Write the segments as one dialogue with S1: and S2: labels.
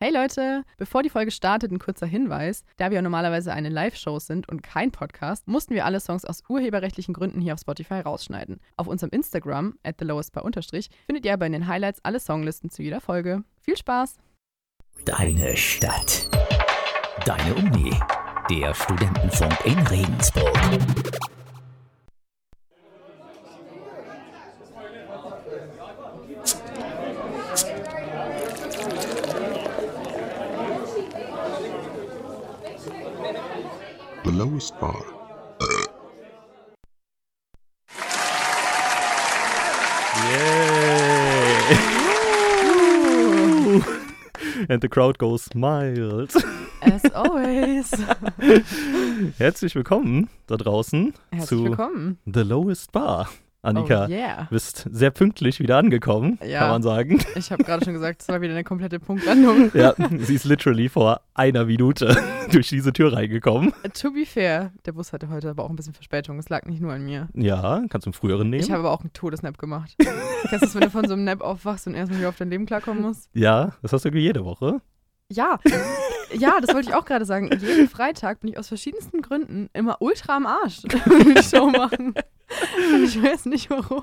S1: Hey Leute, bevor die Folge startet, ein kurzer Hinweis. Da wir ja normalerweise eine Live-Show sind und kein Podcast, mussten wir alle Songs aus urheberrechtlichen Gründen hier auf Spotify rausschneiden. Auf unserem Instagram, at findet ihr aber in den Highlights alle Songlisten zu jeder Folge. Viel Spaß!
S2: Deine Stadt. Deine Uni. Der Studentenfunk in Regensburg.
S3: The lowest bar.
S4: Yay! And the crowd goes miles.
S1: As always!
S4: Herzlich willkommen da draußen
S1: Herzlich
S4: zu
S1: willkommen!
S4: The Lowest Bar. Annika,
S1: Oh yeah!
S4: bist sehr pünktlich wieder angekommen,
S1: Ja.
S4: kann man sagen.
S1: Ich habe gerade schon gesagt, es war wieder eine komplette Punktlandung.
S4: Ja, sie ist literally vor einer Minute durch diese Tür reingekommen.
S1: To be fair, der Bus hatte heute aber auch ein bisschen Verspätung. Es lag nicht nur an mir.
S4: Ja, kannst du einen früheren nehmen.
S1: Ich habe aber auch einen Todesnap gemacht. Kennst du das, wenn du von so einem Nap aufwachst und erstmal wieder auf dein Leben klarkommen musst?
S4: ja, das hast du irgendwie jede Woche.
S1: Ja, ja, das wollte ich auch gerade sagen. Jeden Freitag bin ich aus verschiedensten Gründen immer ultra am Arsch, wenn wir die Show machen. Und ich weiß nicht warum.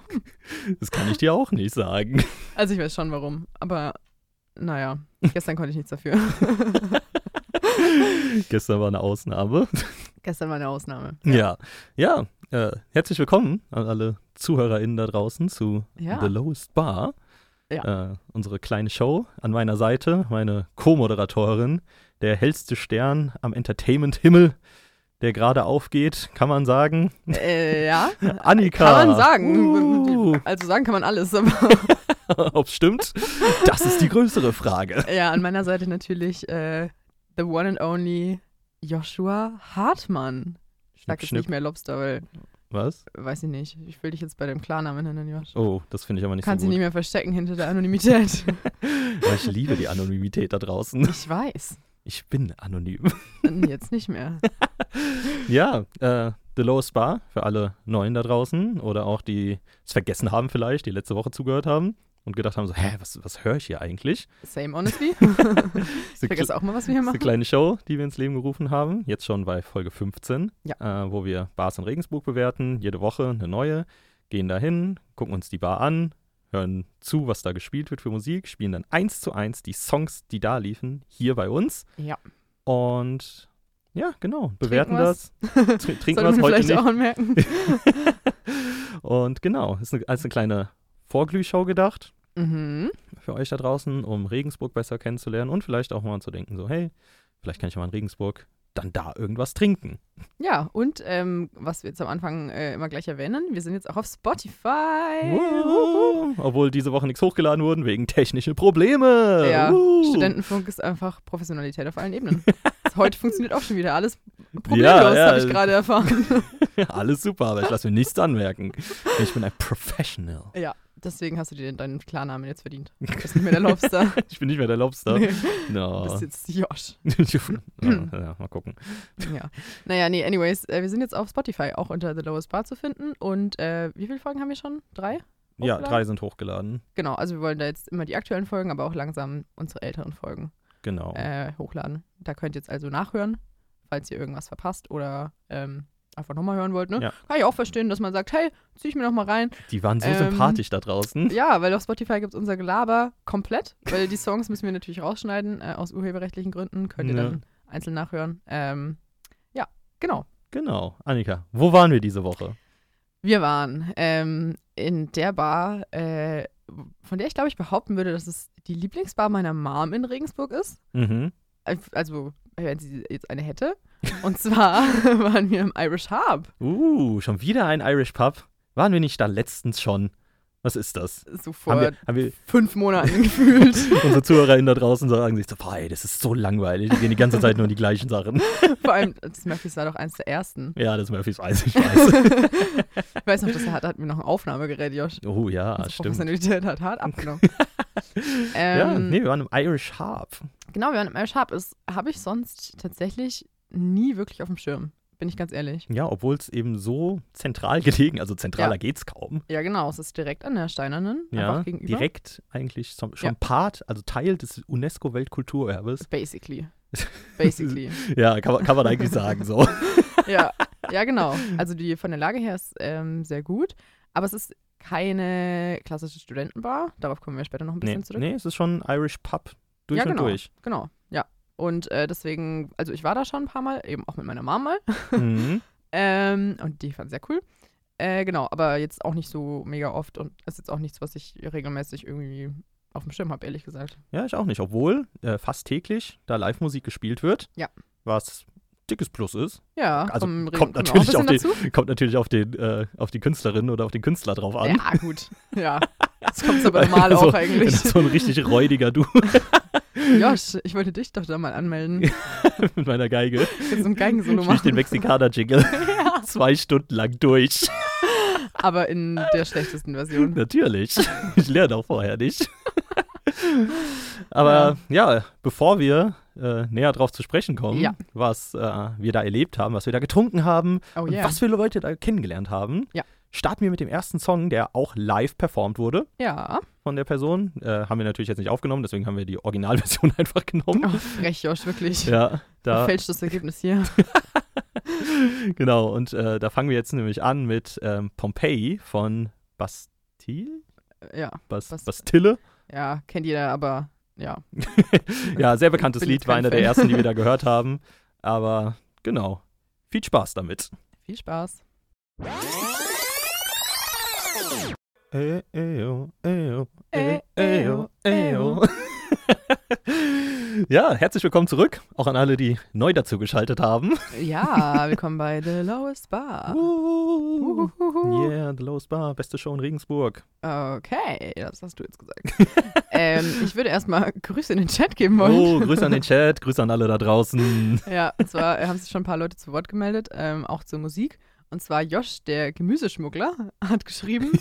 S4: Das kann ich dir auch nicht sagen.
S1: Also ich weiß schon warum, aber naja, gestern konnte ich nichts dafür.
S4: Gestern war eine Ausnahme.
S1: gestern war eine Ausnahme.
S4: Ja, ja. Äh, herzlich willkommen an alle ZuhörerInnen da draußen zu
S1: Ja.
S4: The Lowest Bar.
S1: Ja.
S4: Äh, unsere kleine Show. An meiner Seite meine Co-Moderatorin, der hellste Stern am Entertainment-Himmel, der gerade aufgeht, kann man sagen.
S1: Äh, ja,
S4: Annika.
S1: kann man sagen.
S4: Uh,
S1: Also sagen kann man alles, aber
S4: Ob's stimmt? Das ist die größere Frage.
S1: ja, an meiner Seite natürlich äh, the one and only Joshua Hartmann. Ich sag
S4: Schnipp,
S1: jetzt
S4: schnipp.
S1: nicht mehr Lobster, weil,
S4: Was?
S1: weiß ich nicht, ich will dich jetzt bei deinem Klarnamen nennen, Josh.
S4: Oh, das finde ich aber nicht
S1: Kannst
S4: so
S1: dich
S4: gut.
S1: nicht mehr verstecken hinter der Anonymität.
S4: Aber Ich liebe die Anonymität da draußen.
S1: ich weiß.
S4: Ich bin anonym.
S1: Jetzt nicht mehr.
S4: Ja, äh, The Lowest Bar für alle Neuen da draußen oder auch die es vergessen haben vielleicht, die letzte Woche zugehört haben und gedacht haben so, hä, was, was höre ich hier eigentlich?
S1: Same, honestly.
S4: Ist
S1: Ich
S4: eine
S1: vergesse auch mal, was wir hier
S4: ist eine
S1: machen.
S4: kleine Show, die wir ins Leben gerufen haben, jetzt schon bei Folge 15, äh, wo wir Bars in Regensburg bewerten, jede Woche eine neue, gehen dahin, gucken uns die Bar an, hören zu, was da gespielt wird für Musik, spielen dann eins zu eins die Songs, die da liefen, hier bei uns.
S1: Ja.
S4: Und ja, genau, bewerten
S1: was.
S4: das, tr trinken
S1: Sollte
S4: was
S1: man
S4: heute
S1: vielleicht
S4: nicht.
S1: auch anmerken.
S4: Und genau, ist eine, als eine kleine Vorglühshow gedacht
S1: mhm.
S4: für euch da draußen, um Regensburg besser kennenzulernen und vielleicht auch mal zu denken, so, hey, vielleicht kann ich mal in Regensburg dann da irgendwas trinken.
S1: Ja, und ähm, was wir jetzt am Anfang äh, immer gleich erwähnen, wir sind jetzt auch auf Spotify.
S4: Wuhu. Obwohl diese Woche nichts hochgeladen wurden wegen technischen Probleme.
S1: Ja,
S4: Wuhu.
S1: Studentenfunk ist einfach Professionalität auf allen Ebenen. Also Heute funktioniert auch schon wieder alles problemlos,
S4: Ja, ja.
S1: habe ich gerade erfahren.
S4: Alles super, aber ich lasse mir nichts anmerken. Ich bin ein Professional.
S1: Ja, deswegen hast du dir deinen Klarnamen jetzt verdient. Du bist nicht mehr der Lobster,
S4: Ich bin nicht mehr der Lobster.
S1: Nee. du
S4: No.
S1: bist jetzt Josh.
S4: ja, ja, mal gucken.
S1: Ja. Naja, nee, anyways, äh, wir sind jetzt auf Spotify auch unter The Lowest Bar zu finden. Und äh, wie viele Folgen haben wir schon? Drei?
S4: Ja,
S1: Hochgeladen?
S4: drei sind hochgeladen.
S1: Genau, also wir wollen da jetzt immer die aktuellen Folgen, aber auch langsam unsere älteren Folgen
S4: Genau.
S1: äh, hochladen. Da könnt ihr jetzt also nachhören, falls ihr irgendwas verpasst oder ähm, einfach nochmal hören wollt. Ne?
S4: Ja.
S1: Kann ich auch verstehen, dass man sagt, hey, zieh ich mir nochmal rein.
S4: Die waren so
S1: ähm,
S4: sympathisch da draußen.
S1: Ja, weil auf Spotify gibt es unser Gelaber komplett, weil die Songs müssen wir natürlich rausschneiden, äh, aus urheberrechtlichen Gründen. Könnt ihr
S4: Ja.
S1: dann einzeln nachhören. Ähm, ja, genau.
S4: Genau. Annika, wo waren wir diese Woche?
S1: Wir waren ähm, in der Bar, äh, von der ich glaube ich behaupten würde, dass es die Lieblingsbar meiner Mom in Regensburg ist.
S4: Mhm.
S1: Also, wenn sie jetzt eine hätte. Und zwar waren wir im Irish Harp.
S4: Uh, schon wieder ein Irish Pub. Waren wir nicht da letztens schon? Was ist das?
S1: So vor
S4: Haben wir, haben wir
S1: fünf Monaten gefühlt.
S4: unsere ZuhörerInnen da draußen sagen sich so, boah, das ist so langweilig. Wir gehen die ganze Zeit nur in die gleichen Sachen.
S1: vor allem, das Murphys war doch eins der ersten.
S4: Ja, das ist Murphys Eis, ich weiß.
S1: Ich weiß noch, dass er hat, hat mir noch ein Aufnahmegerät, Josh.
S4: Oh ja,
S1: Also
S4: stimmt.
S1: Professionalität hat hart abgenommen.
S4: Ja,
S1: ähm,
S4: nee, wir waren im Irish Harp.
S1: Genau, wir waren im Irish Harp. Das habe ich sonst tatsächlich nie wirklich auf dem Schirm. bin ich ganz ehrlich.
S4: Ja, obwohl es eben so zentral gelegen, also zentraler
S1: Ja.
S4: geht's kaum.
S1: Ja, genau, es ist direkt an der Steinernen,
S4: Ja,
S1: einfach gegenüber.
S4: direkt eigentlich zum, schon
S1: Ja.
S4: Part, also Teil des UNESCO-Weltkulturerbes.
S1: Basically. Basically.
S4: Ja, kann, man- kann man eigentlich sagen so.
S1: ja. ja, genau. Also die von der Lage her ist ähm, sehr gut, aber es ist keine klassische Studentenbar. Darauf kommen wir später noch ein bisschen
S4: Nee,
S1: zurück.
S4: nee, es ist schon Irish Pub durch
S1: ja,
S4: und
S1: genau.
S4: durch.
S1: Genau, ja. Und äh, deswegen, also ich war da schon ein paar Mal, eben auch mit meiner Mama mal.
S4: Mhm.
S1: Ähm, und die fand sehr cool. Äh, genau, aber jetzt auch nicht so mega oft und ist jetzt auch nichts, was ich regelmäßig irgendwie auf dem Schirm habe, ehrlich gesagt.
S4: Ja, ich auch nicht. Obwohl äh, fast täglich da Live-Musik gespielt wird.
S1: Ja.
S4: Was dickes Plus ist.
S1: Ja,
S4: Also
S1: vom Regen
S4: kommt
S1: wir auch
S4: natürlich
S1: ein
S4: auf
S1: bisschen
S4: den, kommt natürlich auf den, äh, auf die Künstlerin oder auf den Künstler drauf an.
S1: Ja, gut. Ja. Das kommt aber normal
S4: so,
S1: auch eigentlich.
S4: Also, So ein richtig räudiger Du
S1: Josh, ich wollte dich doch da mal anmelden.
S4: mit meiner Geige.
S1: Mit so einem Geigensolo
S4: Spiel ich den
S1: machen.
S4: Mexikaner-Jingle zwei Stunden lang durch.
S1: Aber in der schlechtesten Version.
S4: Natürlich. Ich lerne auch vorher nicht. Aber ja, bevor wir äh, näher drauf zu sprechen kommen,
S1: Ja.
S4: was äh, wir da erlebt haben, was wir da getrunken haben
S1: Oh
S4: und
S1: yeah.
S4: was wir Leute da kennengelernt haben,
S1: Ja.
S4: starten wir mit dem ersten Song, der auch live performt wurde
S1: Ja.
S4: von der Person. Äh, haben wir natürlich jetzt nicht aufgenommen, deswegen haben wir die Originalversion einfach genommen.
S1: Oh, frech, Josh, wirklich.
S4: Ja, da,
S1: Verfälschtes Ergebnis hier.
S4: genau. Und äh, da fangen wir jetzt nämlich an mit ähm, Pompeii von Bastille?
S1: Ja,
S4: Bas
S1: Bast-
S4: Bastille?
S1: ja, kennt jeder, aber ja.
S4: Ja, sehr bekanntes
S1: Bin
S4: Lied,
S1: jetzt
S4: war
S1: kein
S4: einer der
S1: Fan.
S4: ersten, die wir da gehört haben. Aber genau, viel Spaß damit.
S1: Viel Spaß.
S4: Ey, eyo, eyo,
S1: Ey,
S4: ey, oh,
S1: eyo,
S4: eyo,
S1: eyo.
S4: eyo. Ja, herzlich willkommen zurück, auch an alle, die neu dazu geschaltet haben.
S1: Ja, willkommen bei The Lowest Bar.
S4: Uhuhu.
S1: Uhuhu.
S4: Yeah, The Lost Bar, beste Show in Regensburg.
S1: Okay, das hast du jetzt gesagt. ähm, ich würde erstmal Grüße in den Chat geben wollen.
S4: Oh, Grüße an den Chat, Grüße an alle da draußen.
S1: Ja, und zwar äh, haben sich schon ein paar Leute zu Wort gemeldet, ähm, auch zur Musik. Und zwar Josh, der Gemüseschmuggler, hat geschrieben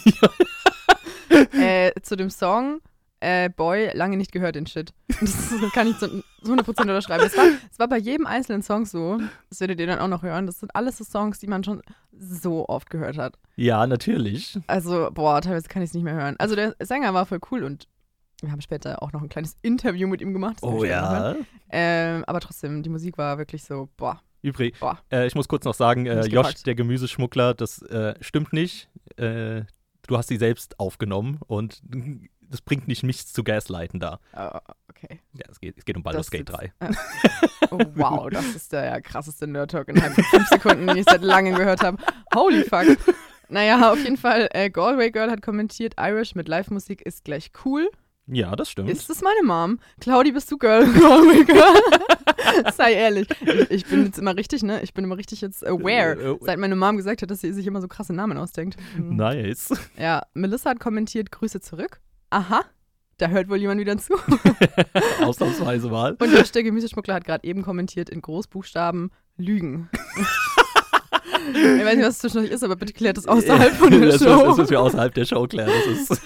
S1: äh, zu dem Song äh, Boy, lange nicht gehört den Shit. Das kann ich zu zu 100% unterschreiben. Es war, es war bei jedem einzelnen Song so, das werdet ihr dann auch noch hören, das sind alles so Songs, die man schon so oft gehört hat.
S4: Ja, natürlich.
S1: Also, boah, teilweise kann ich es nicht mehr hören. Also der Sänger war voll cool und wir haben später auch noch ein kleines Interview mit ihm gemacht. das
S4: Oh
S1: will ich auch noch hören.
S4: ja.
S1: Ähm, aber trotzdem, die Musik war wirklich so, boah,
S4: Übrig,
S1: Boah.
S4: äh, ich muss kurz noch sagen,
S1: Hab
S4: äh,
S1: ich
S4: Josh,
S1: gepackt.
S4: der Gemüseschmuggler, das äh, stimmt nicht. Äh, du hast sie selbst aufgenommen und das bringt nicht mich zu Gaslighten da.
S1: äh, okay.
S4: Ja, es geht, es geht um Baldur's
S1: Das
S4: Gate
S1: jetzt-
S4: 3.
S1: Oh, wow, das ist der krasseste Nerd-Talk innerhalb von fünf Sekunden, den ich seit langem gehört habe. Holy fuck. Naja, auf jeden Fall, äh, Galway Girl hat kommentiert, Irish mit Live-Musik ist gleich cool.
S4: Ja, das stimmt.
S1: Ist das meine Mom? Claudi, bist du Girl? Galway Girl? Sei ehrlich. Ich, ich bin jetzt immer richtig, ne? Ich bin immer richtig jetzt
S4: Äh,
S1: aware.
S4: äh,
S1: Seit meine Mom gesagt hat, dass sie sich immer so krasse Namen ausdenkt. Hm.
S4: nice.
S1: Ja, Melissa hat kommentiert, Grüße zurück. Aha, da hört wohl jemand wieder zu.
S4: Ausnahmsweise mal.
S1: Und Josh, der Gemüseschmuggler, hat gerade eben kommentiert in Großbuchstaben Lügen. ich weiß nicht, was es zwischen euch ist, aber bitte klärt das außerhalb von der
S4: das,
S1: Show.
S4: Das müssen wir außerhalb der Show klären. Das ist,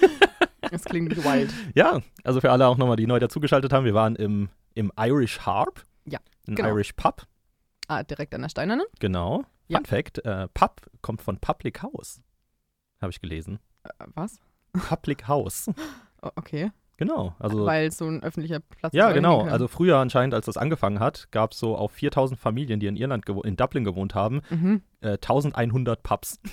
S1: das klingt wild.
S4: ja, also für alle auch nochmal, die neu dazugeschaltet haben, wir waren im, im Irish Harp.
S1: Ja,
S4: Im
S1: genau.
S4: Irish Pub.
S1: Ah, direkt an der Steinernen?
S4: Genau.
S1: Ja.
S4: Fun Fact, äh, Pub kommt von Public House. Habe ich gelesen.
S1: Äh, Was?
S4: Public House.
S1: Oh, okay.
S4: Genau. Also
S1: Weil so ein öffentlicher Platz.
S4: ja,
S1: soll
S4: genau.
S1: hingehen
S4: Also früher anscheinend, als das angefangen hat, gab es so auf 4000 Familien, die in Irland gewo- in Dublin gewohnt haben,
S1: können. Mhm.
S4: äh, 1100 Pubs.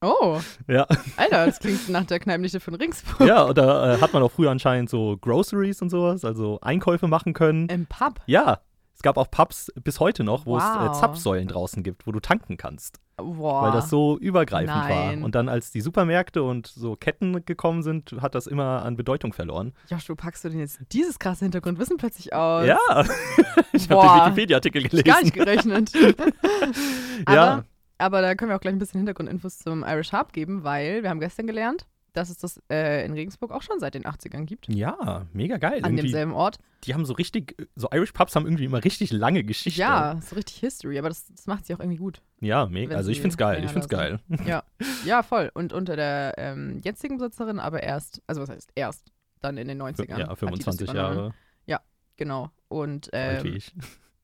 S1: Oh,
S4: Ja,
S1: Alter, das klingt nach der Kneipendichte von Ringsburg.
S4: ja. Und da äh, hat man auch früher anscheinend so Groceries und sowas, also Einkäufe machen können.
S1: Im Pub.
S4: Ja. Es gab auch Pubs bis heute noch, wo
S1: Wow.
S4: es äh, Zapfsäulen draußen gibt, wo du tanken kannst,
S1: Boah.
S4: weil das so übergreifend
S1: Nein.
S4: war. Und dann, als die Supermärkte und so Ketten gekommen sind, hat das immer an Bedeutung verloren.
S1: Josh, wo packst du denn jetzt dieses krasse Hintergrundwissen plötzlich aus?
S4: ja, ich habe
S1: Boah.
S4: den Wikipedia-Artikel gelesen.
S1: Gar nicht gerechnet.
S4: ja.
S1: Aber, aber da können wir auch gleich ein bisschen Hintergrundinfos zum Irish Harp geben, weil wir haben gestern gelernt, dass es das äh, in Regensburg auch schon seit den 80ern gibt.
S4: Ja, mega geil.
S1: An
S4: Irgendwie,
S1: demselben Ort.
S4: die haben so richtig, so Irish Pubs haben irgendwie immer richtig lange Geschichte.
S1: Ja, so richtig History, aber das, das macht sie auch irgendwie gut.
S4: Ja, mega.
S1: Wenn
S4: Also ich
S1: sie
S4: find's geil,
S1: länger
S4: ich find's
S1: da
S4: geil.
S1: sind. Ja, ja voll. Und unter der ähm, jetzigen Besitzerin aber erst, also was heißt erst, dann in den 90ern. hat die
S4: Ja,
S1: das
S4: 25
S1: übernommen.
S4: Jahre
S1: Genau. Und
S4: alt wie
S1: ähm,
S4: ich.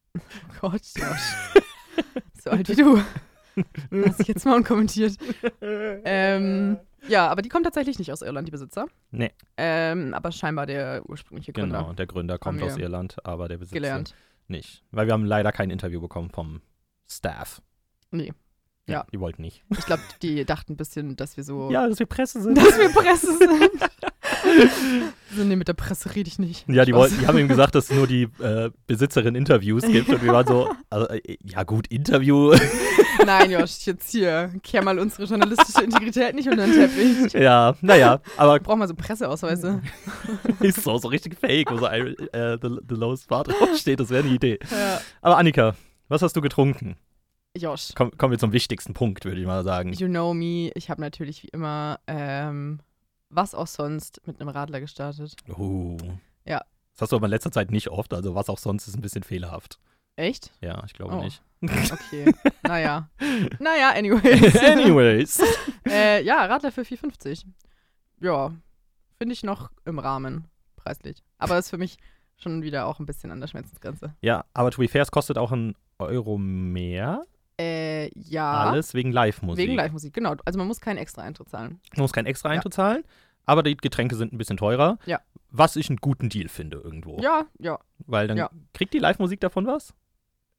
S1: Gott, Josh. So alt wie du. Lass ich jetzt mal unkommentiert. Ähm, ja, aber die kommen tatsächlich nicht aus Irland, die Besitzer.
S4: Nee.
S1: Ähm, aber scheinbar der ursprüngliche Gründer.
S4: Genau, der Gründer kommt
S1: Haben wir
S4: aus Irland, aber der Besitzer
S1: Gelernt.
S4: nicht. Weil wir haben leider kein Interview bekommen vom Staff.
S1: Nee.
S4: Nee,
S1: Ja.
S4: Die wollten nicht.
S1: Ich glaube, die dachten ein bisschen, dass wir so.
S4: Ja, dass wir Presse sind.
S1: Dass wir Presse sind. so, nee, mit der Presse rede ich nicht.
S4: Ja, die,
S1: Spaß.
S4: wollten, die haben ihm gesagt, dass es nur die äh, Besitzerin Interviews gibt. Und wir waren so, also, äh, ja gut, Interview.
S1: Nein, Josh, jetzt hier. Kehr mal unsere journalistische Integrität nicht unter den Teppich.
S4: ja, naja, aber
S1: Brauchen wir so Presseausweise.
S4: ist so, so richtig fake, wo so ein, äh, the, the lowest bar draufsteht. Das wäre eine Idee.
S1: Ja.
S4: Aber Annika, was hast du getrunken?
S1: Josh,
S4: Komm, kommen wir zum wichtigsten Punkt, würde ich mal sagen.
S1: you know me. Ich habe natürlich wie immer, ähm, was auch sonst, mit einem Radler gestartet.
S4: Oh.
S1: Ja.
S4: Das hast du aber in letzter Zeit nicht oft, also was auch sonst ist ein bisschen fehlerhaft.
S1: Echt?
S4: Ja, ich glaube
S1: Oh.
S4: nicht.
S1: Okay. naja. Naja, anyways.
S4: Anyways.
S1: äh, ja, Radler für 4,50. Ja, finde ich noch im Rahmen preislich. Aber ist für mich schon wieder auch ein bisschen an der Schmerzensgrenze.
S4: ja, aber to be fair, es kostet auch einen Euro mehr.
S1: Äh, ja.
S4: Alles wegen Live-Musik.
S1: Wegen Live-Musik, genau. Also man muss keinen extra Eintritt zahlen.
S4: Man muss keinen extra
S1: Ja.
S4: Eintritt zahlen, aber die Getränke sind ein bisschen teurer.
S1: Ja.
S4: Was ich einen guten Deal finde irgendwo.
S1: Ja, ja.
S4: Weil dann
S1: Ja.
S4: kriegt die Live-Musik davon was?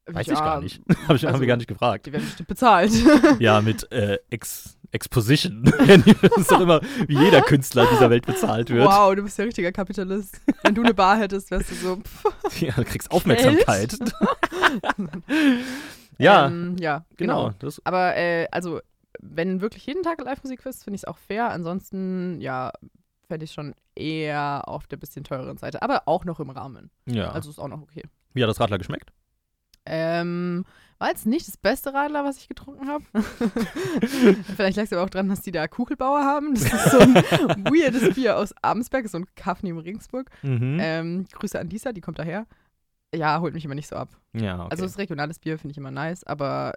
S4: Weiß
S1: ja,
S4: ich gar nicht. Hab ich, haben
S1: also-
S4: wir gar nicht gefragt.
S1: Die werden bestimmt bezahlt.
S4: Ja, mit äh, Ex Exposition. das ist doch immer, wie jeder Künstler dieser Welt bezahlt wird.
S1: wow, du bist ja richtiger Kapitalist. Wenn du eine Bar hättest, wärst du so. Pff,
S4: Ja, du kriegst Aufmerksamkeit. ja,
S1: ähm, ja,
S4: genau.
S1: genau.
S4: Das,
S1: Aber äh, also, wenn wirklich jeden Tag Live-Musik ist, finde ich es auch fair. Ansonsten, ja, fände ich schon eher auf der bisschen teureren Seite. Aber auch noch im Rahmen.
S4: ja.
S1: Also ist auch noch okay.
S4: wie hat das Radler geschmeckt?
S1: Ähm, war jetzt nicht das beste Radler, was ich getrunken habe. Vielleicht lag es aber auch dran, dass die da Kugelbauer haben. Das ist so ein weirdes Bier aus Abensberg, so ein Kaff neben Regensburg.
S4: Mhm.
S1: Ähm, Grüße an Lisa, die kommt daher. Ja, holt mich immer nicht so ab.
S4: ja, okay.
S1: Also das regionales Bier finde ich immer nice, aber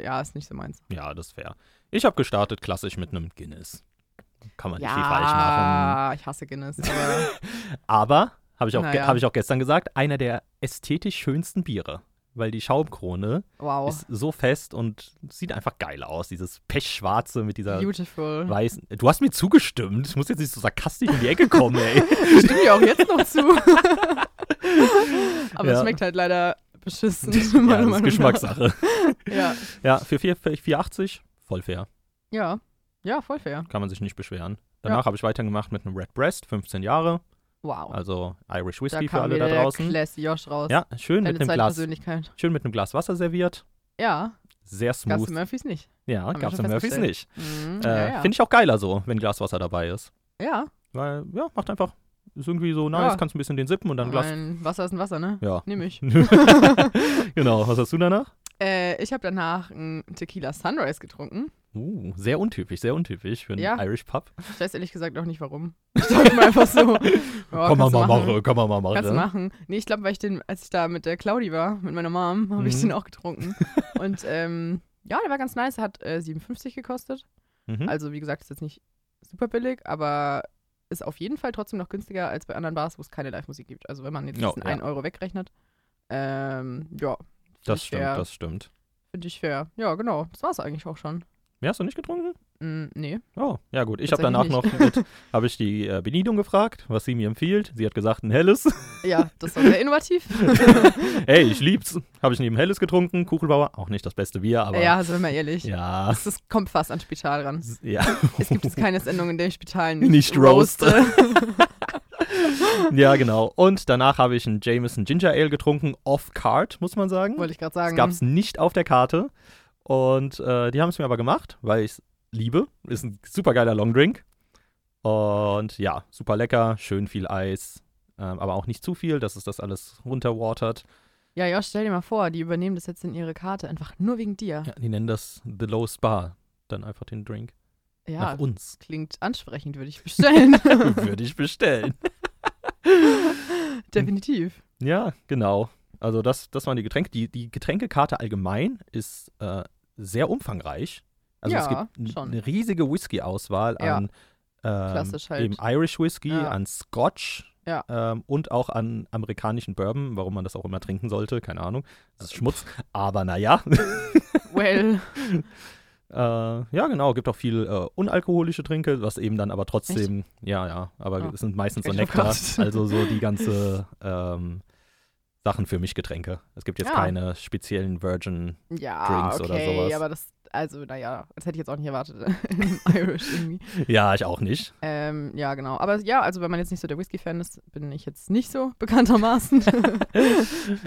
S1: ja, ist nicht so meins.
S4: ja, das ist fair. Ich habe gestartet klassisch mit einem Guinness. Kann man nicht viel falsch machen.
S1: ja, ich hasse Guinness. Aber
S4: Aber, habe ich, auch ge-
S1: Naja.
S4: habe ich auch gestern gesagt, einer der ästhetisch schönsten Biere. Weil die Schaumkrone
S1: wow,
S4: ist so fest und sieht einfach geil aus. Dieses Pechschwarze mit dieser
S1: beautiful.
S4: weißen. Du hast mir zugestimmt. Ich muss jetzt nicht so sarkastisch in die Ecke kommen, ey.
S1: Stimme ich auch jetzt noch zu. aber
S4: Ja.
S1: es schmeckt halt leider beschissen.
S4: ja,
S1: meiner
S4: das
S1: Meinung
S4: ist
S1: nach.
S4: Geschmackssache.
S1: Ja.
S4: Ja, für 4 für 4,80 voll fair.
S1: ja, ja, voll fair.
S4: Kann man sich nicht beschweren. Danach habe ich weitergemacht mit einem Red Breast, 15 Jahre.
S1: Wow.
S4: Also Irish
S1: da
S4: Whiskey für
S1: kam
S4: alle
S1: wieder
S4: da
S1: der
S4: draußen.
S1: Classy Josh raus.
S4: Ja, schön
S1: Deine
S4: mit, einem
S1: zweite
S4: Glas,
S1: Persönlichkeit.
S4: schön mit einem Glas Wasser serviert.
S1: Ja,
S4: Sehr
S1: Gab's
S4: smooth.
S1: in Murphys nicht.
S4: Ja,
S1: Haben wir
S4: gab's
S1: schon
S4: in Murphys
S1: festgestellt.
S4: nicht.
S1: Mhm,
S4: Äh,
S1: ja, ja.
S4: Finde ich auch geiler so, wenn Glas Wasser dabei ist.
S1: ja.
S4: Weil, ja, macht einfach, ist irgendwie so nice,
S1: Ja.
S4: kannst ein bisschen den sippen und dann Glas.
S1: Mein Wasser ist ein Wasser, ne?
S4: Ja.
S1: Nehme ich.
S4: genau, was hast du danach?
S1: Äh, ich habe danach einen Tequila Sunrise getrunken.
S4: Uh, sehr untypisch, sehr untypisch für einen
S1: Ja.
S4: Irish Pub.
S1: Ich weiß ehrlich gesagt auch nicht warum. Ich dachte mir einfach so. Ja,
S4: kann man
S1: kannst du
S4: mal
S1: machen.
S4: machen, kann man mal machen.
S1: Kannst du machen. Nee, ich glaube, weil ich den, als ich da mit der Claudi war, mit meiner Mom, habe ich
S4: Mhm.
S1: den auch getrunken. Und ähm, ja, der war ganz nice. Er hat äh, 7,50 gekostet.
S4: Mhm.
S1: Also, wie gesagt, ist jetzt nicht super billig, aber ist auf jeden Fall trotzdem noch günstiger als bei anderen Bars, wo es keine Live-Musik gibt. Also, wenn man jetzt
S4: Ja,
S1: diesen
S4: ja.
S1: 1 Euro wegrechnet. Ähm, ja. find
S4: das
S1: ich
S4: stimmt,
S1: fair.
S4: das stimmt.
S1: Finde ich fair. Ja, genau. Das war es eigentlich auch schon.
S4: Ja, hast du nicht getrunken?
S1: Mm, nee.
S4: Oh, ja gut. Ich habe danach
S1: Tatsächlich
S4: noch mit, habe ich die äh, Bedienung gefragt, was sie mir empfiehlt. Sie hat gesagt, ein helles.
S1: Ja, das war sehr innovativ.
S4: Ey, ich lieb's. Habe ich neben helles getrunken. Kuchelbauer, auch nicht das beste Bier, aber
S1: ja, sind wir mal ehrlich.
S4: ja.
S1: Das ist, kommt fast an Spital ran.
S4: S- ja.
S1: Es gibt jetzt keine Sendung, in der ich Spital nicht,
S4: Nicht roaste.
S1: roaste.
S4: ja, genau. Und danach habe ich ein Jameson Ginger Ale getrunken, off-card, muss man sagen.
S1: Wollte ich gerade
S4: Das
S1: sagen.
S4: gab es nicht auf der Karte. Und äh, die haben es mir aber gemacht, weil ich es liebe. Ist ein super geiler Longdrink. Und ja, super lecker, schön viel Eis, ähm, aber auch nicht zu viel, dass es das alles runterwatert.
S1: Ja, Josh, stell dir mal vor, die übernehmen das jetzt in ihre Karte, einfach nur wegen dir.
S4: Ja, die nennen das The Lowest Bar. Dann einfach den Drink.
S1: Ja,
S4: Nach uns.
S1: klingt ansprechend, würde ich bestellen.
S4: Würde ich bestellen.
S1: Definitiv.
S4: Ja, genau. Also das, das waren die Getränke. Die, die Getränkekarte allgemein ist äh, sehr umfangreich. Also es
S1: Ja,
S4: gibt n-
S1: schon.
S4: eine riesige Whisky-Auswahl
S1: Ja.
S4: an ähm,
S1: Klassisch halt.
S4: eben Irish Whisky,
S1: Ja.
S4: an Scotch
S1: Ja.
S4: ähm, und auch an amerikanischen Bourbon, warum man das auch immer trinken sollte, keine Ahnung. Das ist Schmutz, aber naja.
S1: Well,
S4: Äh, ja, genau, gibt auch viel äh, unalkoholische Trinke, was eben dann aber trotzdem, ja, ja, aber
S1: Ah.
S4: es sind meistens so
S1: Oh
S4: Nektar,
S1: Gott.
S4: also so die ganze ähm, Sachen für mich Getränke. Es gibt jetzt
S1: Ja.
S4: keine speziellen Virgin.
S1: ja,
S4: Drinks oder
S1: okay,
S4: sowas.
S1: aber das, also naja, das hätte ich jetzt auch nicht erwartet im Irish irgendwie.
S4: Ja, ich auch nicht.
S1: Ähm, ja, genau. Aber ja, also wenn man jetzt nicht so der Whisky-Fan ist, bin ich jetzt nicht so bekanntermaßen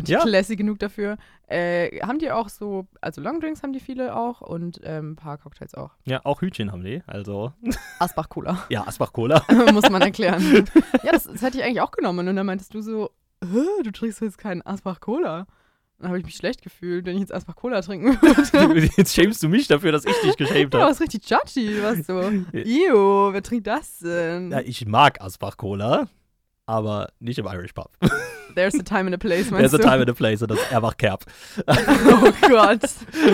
S4: ja,
S1: classy genug dafür. Äh, haben die auch so, also Longdrinks haben die viele auch und ähm, ein paar Cocktails auch.
S4: ja, auch Hütchen haben die. Also,
S1: Asbach Cola,
S4: ja, Asbach Cola.
S1: muss man erklären. ja, das, das hätte ich eigentlich auch genommen und dann meintest du so, "Hä, du trinkst jetzt keinen Asbach Cola. Dann habe ich mich schlecht gefühlt, wenn ich jetzt Asbach Cola trinken würde.
S4: Jetzt schämst du mich dafür, dass ich dich geschämt
S1: Du
S4: habe.
S1: warst richtig judgy, warst so. Ew, wer trinkt das denn?
S4: Ja, ich mag Asbach Cola, aber nicht im Irish Pub.
S1: There's a time and a place, meinst
S4: There's a
S1: du?
S4: time and a place, und das ist Erbach Kerb.
S1: Oh Gott.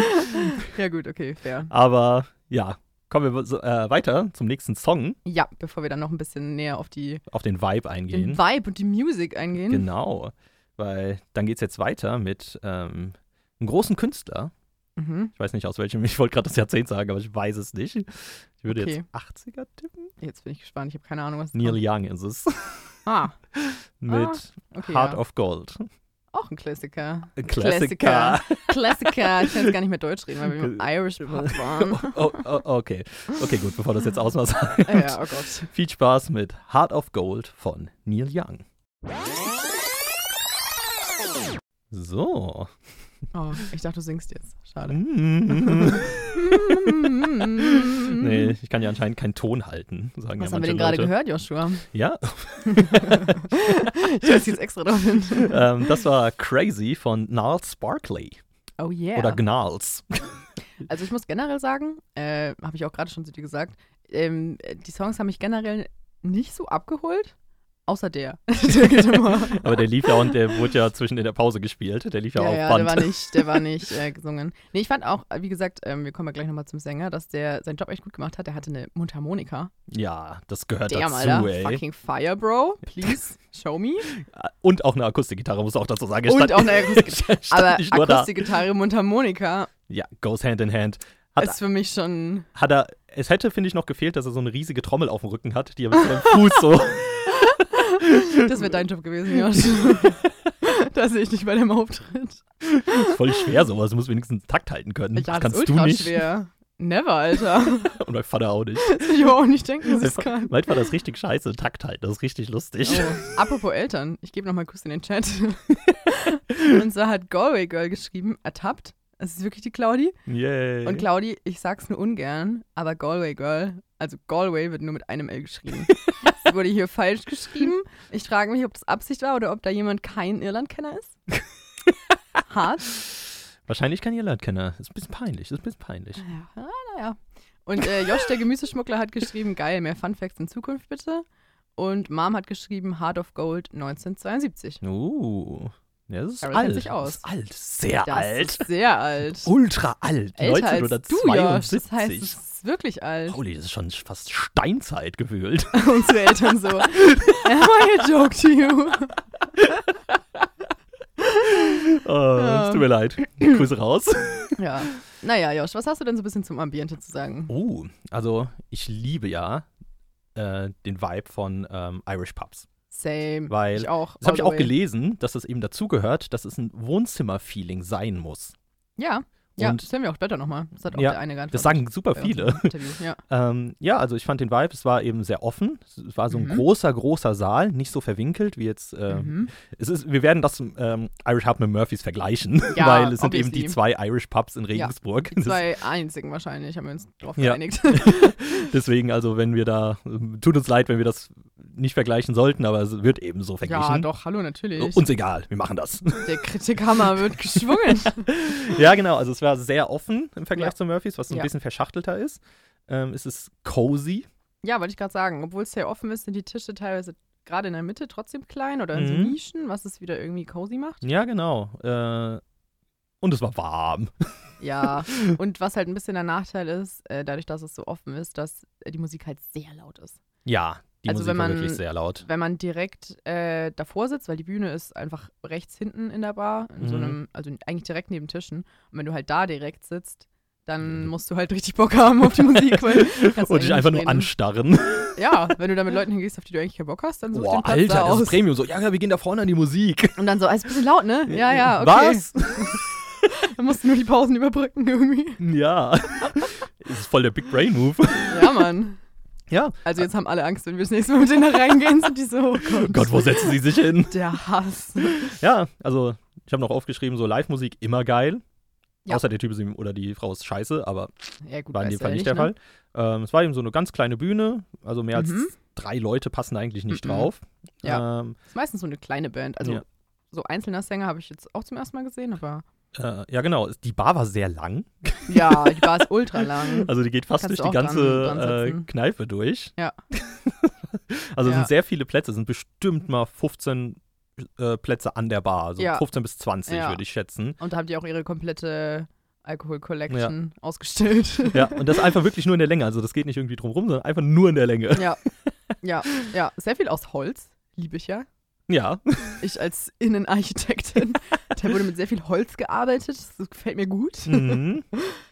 S1: ja, gut, okay, fair.
S4: Aber ja, kommen wir so, äh, weiter zum nächsten Song,
S1: Ja, bevor wir dann noch ein bisschen näher auf die
S4: auf den Vibe eingehen.
S1: den Vibe und die Musik eingehen.
S4: Genau, weil dann geht es jetzt weiter mit ähm, einem großen Künstler.
S1: Mhm.
S4: Ich weiß nicht aus welchem, ich wollte gerade das Jahrzehnt sagen, aber ich weiß es nicht. Ich würde
S1: Okay.
S4: jetzt 80er tippen.
S1: Jetzt bin ich gespannt, ich habe keine Ahnung, was
S4: Neil Young ist es.
S1: kommt. Ah,
S4: mit
S1: okay,
S4: Heart
S1: ja.
S4: of Gold.
S1: auch ein Klassiker.
S4: Ein
S1: Klassiker.
S4: Klassiker.
S1: Klassiker, ich kann jetzt gar nicht mehr Deutsch reden, weil wir im Irish Pub waren.
S4: Oh, oh, okay. Okay, gut, bevor das jetzt ausmacht.
S1: Ah ja, oh Gott.
S4: Viel Spaß mit Heart of Gold von Neil Young. So.
S1: Oh, ich dachte, du singst jetzt. Schade. Mm.
S4: nee,
S1: nee.
S4: ich kann ja anscheinend keinen Ton halten, sagen
S1: Was
S4: ja
S1: haben wir
S4: manche
S1: denn gerade
S4: Leute.
S1: gehört, Joshua?
S4: Ja,
S1: Ich weiß jetzt extra drauf hin.
S4: ähm, das war Crazy von Gnarls Barkley.
S1: Oh yeah.
S4: Oder Gnarls.
S1: Also ich muss generell sagen, äh, habe ich auch gerade schon zu dir gesagt, ähm, äh, die Songs haben mich generell nicht so abgeholt, außer der. der geht immer.
S4: Aber der lief ja und der wurde ja zwischen in der Pause gespielt. Der lief ja,
S1: ja,
S4: auf
S1: ja, der
S4: Band.
S1: war nicht, der war nicht äh, gesungen. Nee, ich fand auch, äh, wie gesagt, ähm, wir kommen ja gleich nochmal zum Sänger, dass der seinen Job echt gut gemacht hat. Der hatte eine Mundharmonika.
S4: ja, das gehört
S1: Damn,
S4: dazu,
S1: Alter.
S4: ey.
S1: Fucking fire, bro. Please, show me.
S4: Und auch eine Akustikgitarre, muss auch dazu sagen. Er
S1: Und
S4: stand-
S1: auch eine Akustikgitarre.
S4: stand
S1: Aber
S4: nicht nur da.
S1: Akustikgitarre, Mundharmonika
S4: Ja, goes hand in hand. Hat,
S1: ist für mich schon...
S4: hat er, es hätte, finde ich, noch gefehlt, dass er so eine riesige Trommel auf dem Rücken hat, die er mit seinem Fuß so.
S1: Das wäre dein Job gewesen, Josh. da sehe ich dich bei dem Auftritt.
S4: Voll schwer sowas, du musst wenigstens einen Takt halten können.
S1: Ja,
S4: das
S1: das ist
S4: kannst du
S1: ultra
S4: nicht.
S1: schwer. Never, Alter.
S4: Und mein Vater auch nicht.
S1: Das will ich aber auch nicht denken, dass ich
S4: Mein-
S1: kann.
S4: Manchmal das richtig scheiße, Takt halten, das ist richtig lustig.
S1: Oh. Apropos Eltern, ich gebe nochmal Kuss in den Chat. Und so hat Galway Girl geschrieben, ertappt. Es ist wirklich die Claudi.
S4: Yay.
S1: Oh. Und Claudi, ich sag's nur ungern, aber Galway Girl, also Galway wird nur mit einem L geschrieben. Es wurde hier falsch geschrieben. Ich frage mich, ob das Absicht war oder ob da jemand kein Irlandkenner ist. Hart.
S4: Wahrscheinlich kein Irlandkenner. Ist ein bisschen peinlich, ist ein bisschen peinlich.
S1: Ja, ah, naja. Und äh, Josh, der Gemüseschmuggler, hat geschrieben, geil, mehr Funfacts in Zukunft bitte. Und Mom hat geschrieben, Heart of Gold 1972.
S4: Uh. Ja, das ist
S1: Aber das
S4: alt.
S1: kennt sich aus.
S4: Das ist alt, sehr
S1: Das
S4: alt.
S1: ist sehr alt.
S4: Ultra alt.
S1: Älter als du, Josh.
S4: 1972.
S1: Das heißt, es ist wirklich alt.
S4: Holy, das ist schon fast Steinzeit gefühlt.
S1: Unsere Eltern so, am I a joke to you?
S4: Oh, es tut mir leid. Grüße raus.
S1: Ja. Naja, Josh, was hast du denn so ein bisschen zum Ambiente zu sagen?
S4: Oh, also ich liebe ja äh, den Vibe von ähm, Irish Pubs.
S1: Same.
S4: Weil-
S1: ich auch.
S4: Das habe ich
S1: all
S4: auch
S1: the way.
S4: gelesen, dass das eben dazugehört, dass es ein Wohnzimmer-Feeling sein muss.
S1: Ja. Ja,
S4: Und-
S1: das hören wir auch später nochmal. Das hat auch
S4: Ja,
S1: der eine geantwortet.
S4: Das sagen super
S1: bei uns im
S4: viele.
S1: Interview, Ja.
S4: Ähm, ja, also ich fand den Vibe, es war eben sehr offen. Es war so ein
S1: Mhm.
S4: großer, großer Saal, nicht so verwinkelt wie jetzt. ähm,
S1: Mhm.
S4: es ist, wir werden das ähm, Irish Pub mit Murphys vergleichen,
S1: Ja,
S4: weil es sind eben
S1: obviously.
S4: die zwei Irish Pubs in Regensburg.
S1: Die zwei einzigen wahrscheinlich, haben wir uns drauf
S4: Ja.
S1: geeinigt.
S4: Das- Deswegen, also wenn wir da, tut uns leid, wenn wir das nicht vergleichen sollten, aber es wird eben so
S1: Ja,
S4: verglichen. Äh,
S1: doch, hallo, natürlich.
S4: Uns egal, wir machen das.
S1: Der Kritikhammer wird geschwungen.
S4: Ja, genau. Also es war sehr offen im Vergleich
S1: Ja.
S4: zu Murphys, was so ein
S1: Ja.
S4: bisschen verschachtelter ist. Ähm, es ist cozy.
S1: ja, wollte ich gerade sagen. Obwohl es sehr offen ist, sind die Tische teilweise gerade in der Mitte trotzdem klein oder in so
S4: Mhm.
S1: Nischen, was es wieder irgendwie cozy macht.
S4: Ja, genau. Äh, und es war warm.
S1: Ja, und was halt ein bisschen der Nachteil ist, äh, dadurch, dass es so offen ist, dass äh, die Musik halt sehr laut ist.
S4: Ja, Die
S1: Also
S4: Musik
S1: wenn
S4: war
S1: man-
S4: wirklich sehr laut.
S1: Wenn man direkt äh, davor sitzt, weil die Bühne ist einfach rechts hinten in der Bar, in so
S4: Mhm.
S1: einem, also eigentlich direkt neben Tischen. Und wenn du halt da direkt sitzt, dann
S4: Mhm.
S1: musst du halt richtig Bock haben auf die Musik. Weil kannst du
S4: Und
S1: eigentlich
S4: dich einfach
S1: nicht reden.
S4: nur anstarren.
S1: Ja, wenn du da mit Leuten hingehst, auf die du eigentlich keinen Bock hast, dann such den
S4: Boah,
S1: Platz
S4: Alter,
S1: da
S4: das ist
S1: aus.
S4: Premium. So, ja, ja, wir gehen da vorne an die Musik.
S1: Und dann so, ah, ist ein bisschen laut, ne? Ja, ja, okay.
S4: Äh, Was?
S1: Dann musst du nur die Pausen überbrücken irgendwie.
S4: Ja. Das ist voll der Big Brain Move.
S1: Ja, Mann.
S4: Ja.
S1: Also jetzt haben alle Angst, wenn wir das nächste Mal mit denen da reingehen, sind die so, oh Gott,
S4: Gott, wo setzen sie sich hin?
S1: der Hass.
S4: Ja, also ich habe noch aufgeschrieben, so Live-Musik immer geil.
S1: Ja.
S4: Außer der Typ ist ihm, oder die Frau ist scheiße, aber
S1: Ja, gut,
S4: war in dem
S1: weißt du
S4: Fall
S1: ja
S4: nicht der
S1: ne?
S4: Fall. Ähm, es war eben so eine ganz kleine Bühne, also mehr als
S1: Mhm.
S4: drei Leute passen da eigentlich nicht
S1: Mhm.
S4: drauf.
S1: Ja.
S4: Ähm,
S1: Ist meistens so eine kleine Band. Also
S4: Ja.
S1: so einzelner Sänger habe ich jetzt auch zum ersten Mal gesehen, aber
S4: äh, ja, genau. Die Bar war sehr lang.
S1: ja, die war ist ultra lang.
S4: Also die geht fast
S1: Kannst
S4: durch
S1: du
S4: die
S1: auch dran-
S4: ganze
S1: dran
S4: äh,
S1: sitzen.
S4: Kneipe durch.
S1: Ja.
S4: also es
S1: Ja.
S4: sind sehr viele Plätze, es sind bestimmt mal 15 äh, Plätze an der Bar, so
S1: Ja.
S4: 15 bis 20
S1: Ja.
S4: würde ich schätzen.
S1: Und da haben die auch ihre komplette Alkohol-Collection ausgestellt.
S4: Ja, und das einfach wirklich nur in der Länge. Also das geht nicht irgendwie drum rum, sondern einfach nur in der Länge.
S1: ja, ja, ja. Sehr viel aus Holz, liebe ich ja.
S4: Ja,
S1: Ich als Innenarchitektin, da wurde mit sehr viel Holz gearbeitet. Das gefällt mir gut.
S4: mhm.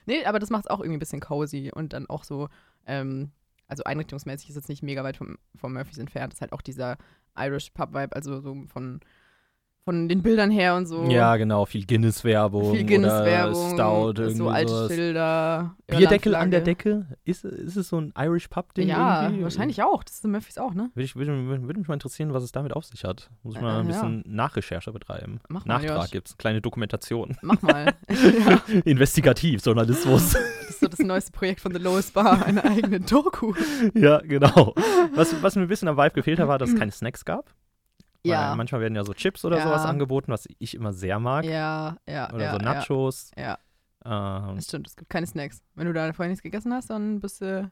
S1: Nee, aber das macht es auch irgendwie ein bisschen cozy und dann auch so, ähm, also einrichtungsmäßig ist jetzt nicht mega weit vom, vom Murphys entfernt. Ist halt auch dieser Irish Pub-Vibe, also so von, von den Bildern her und so.
S4: ja genau. Viel Guinness-Werbung.
S1: viel
S4: oder
S1: Guinness-Werbung,
S4: Stout, irgendwie
S1: so alte
S4: sowas.
S1: Schilder.
S4: Bierdeckel an der
S1: Irlandflagge.
S4: Decke? Ist, ist es so ein Irish Pub-Ding?
S1: Ja,
S4: irgendwie?
S1: wahrscheinlich auch. Das ist in Murphys auch, ne?
S4: Würde, ich, würde, mich- würde mich mal interessieren, was es damit auf sich hat. Muss ich mal
S1: Äh,
S4: ein
S1: ja.
S4: bisschen Nachrecherche betreiben.
S1: Mach mal,
S4: Nachtrag
S1: Josh.
S4: gibt es, kleine Dokumentation.
S1: Mach mal. ja,
S4: Investigativ, Journalismus.
S1: das ist so das neueste Projekt von The Lowest Bar, eine eigene Doku.
S4: ja, genau. Was, was mir ein bisschen am Vibe gefehlt hat, war, dass es keine Snacks gab. Weil
S1: Ja,
S4: manchmal werden ja so Chips oder
S1: Ja.
S4: sowas angeboten, was ich immer sehr mag.
S1: ja, ja.
S4: Oder
S1: ja,
S4: so Nachos.
S1: Ja.
S4: Ja. Ähm,
S1: Das stimmt, es gibt keine Snacks. Wenn du da vorher nichts gegessen hast, dann bist du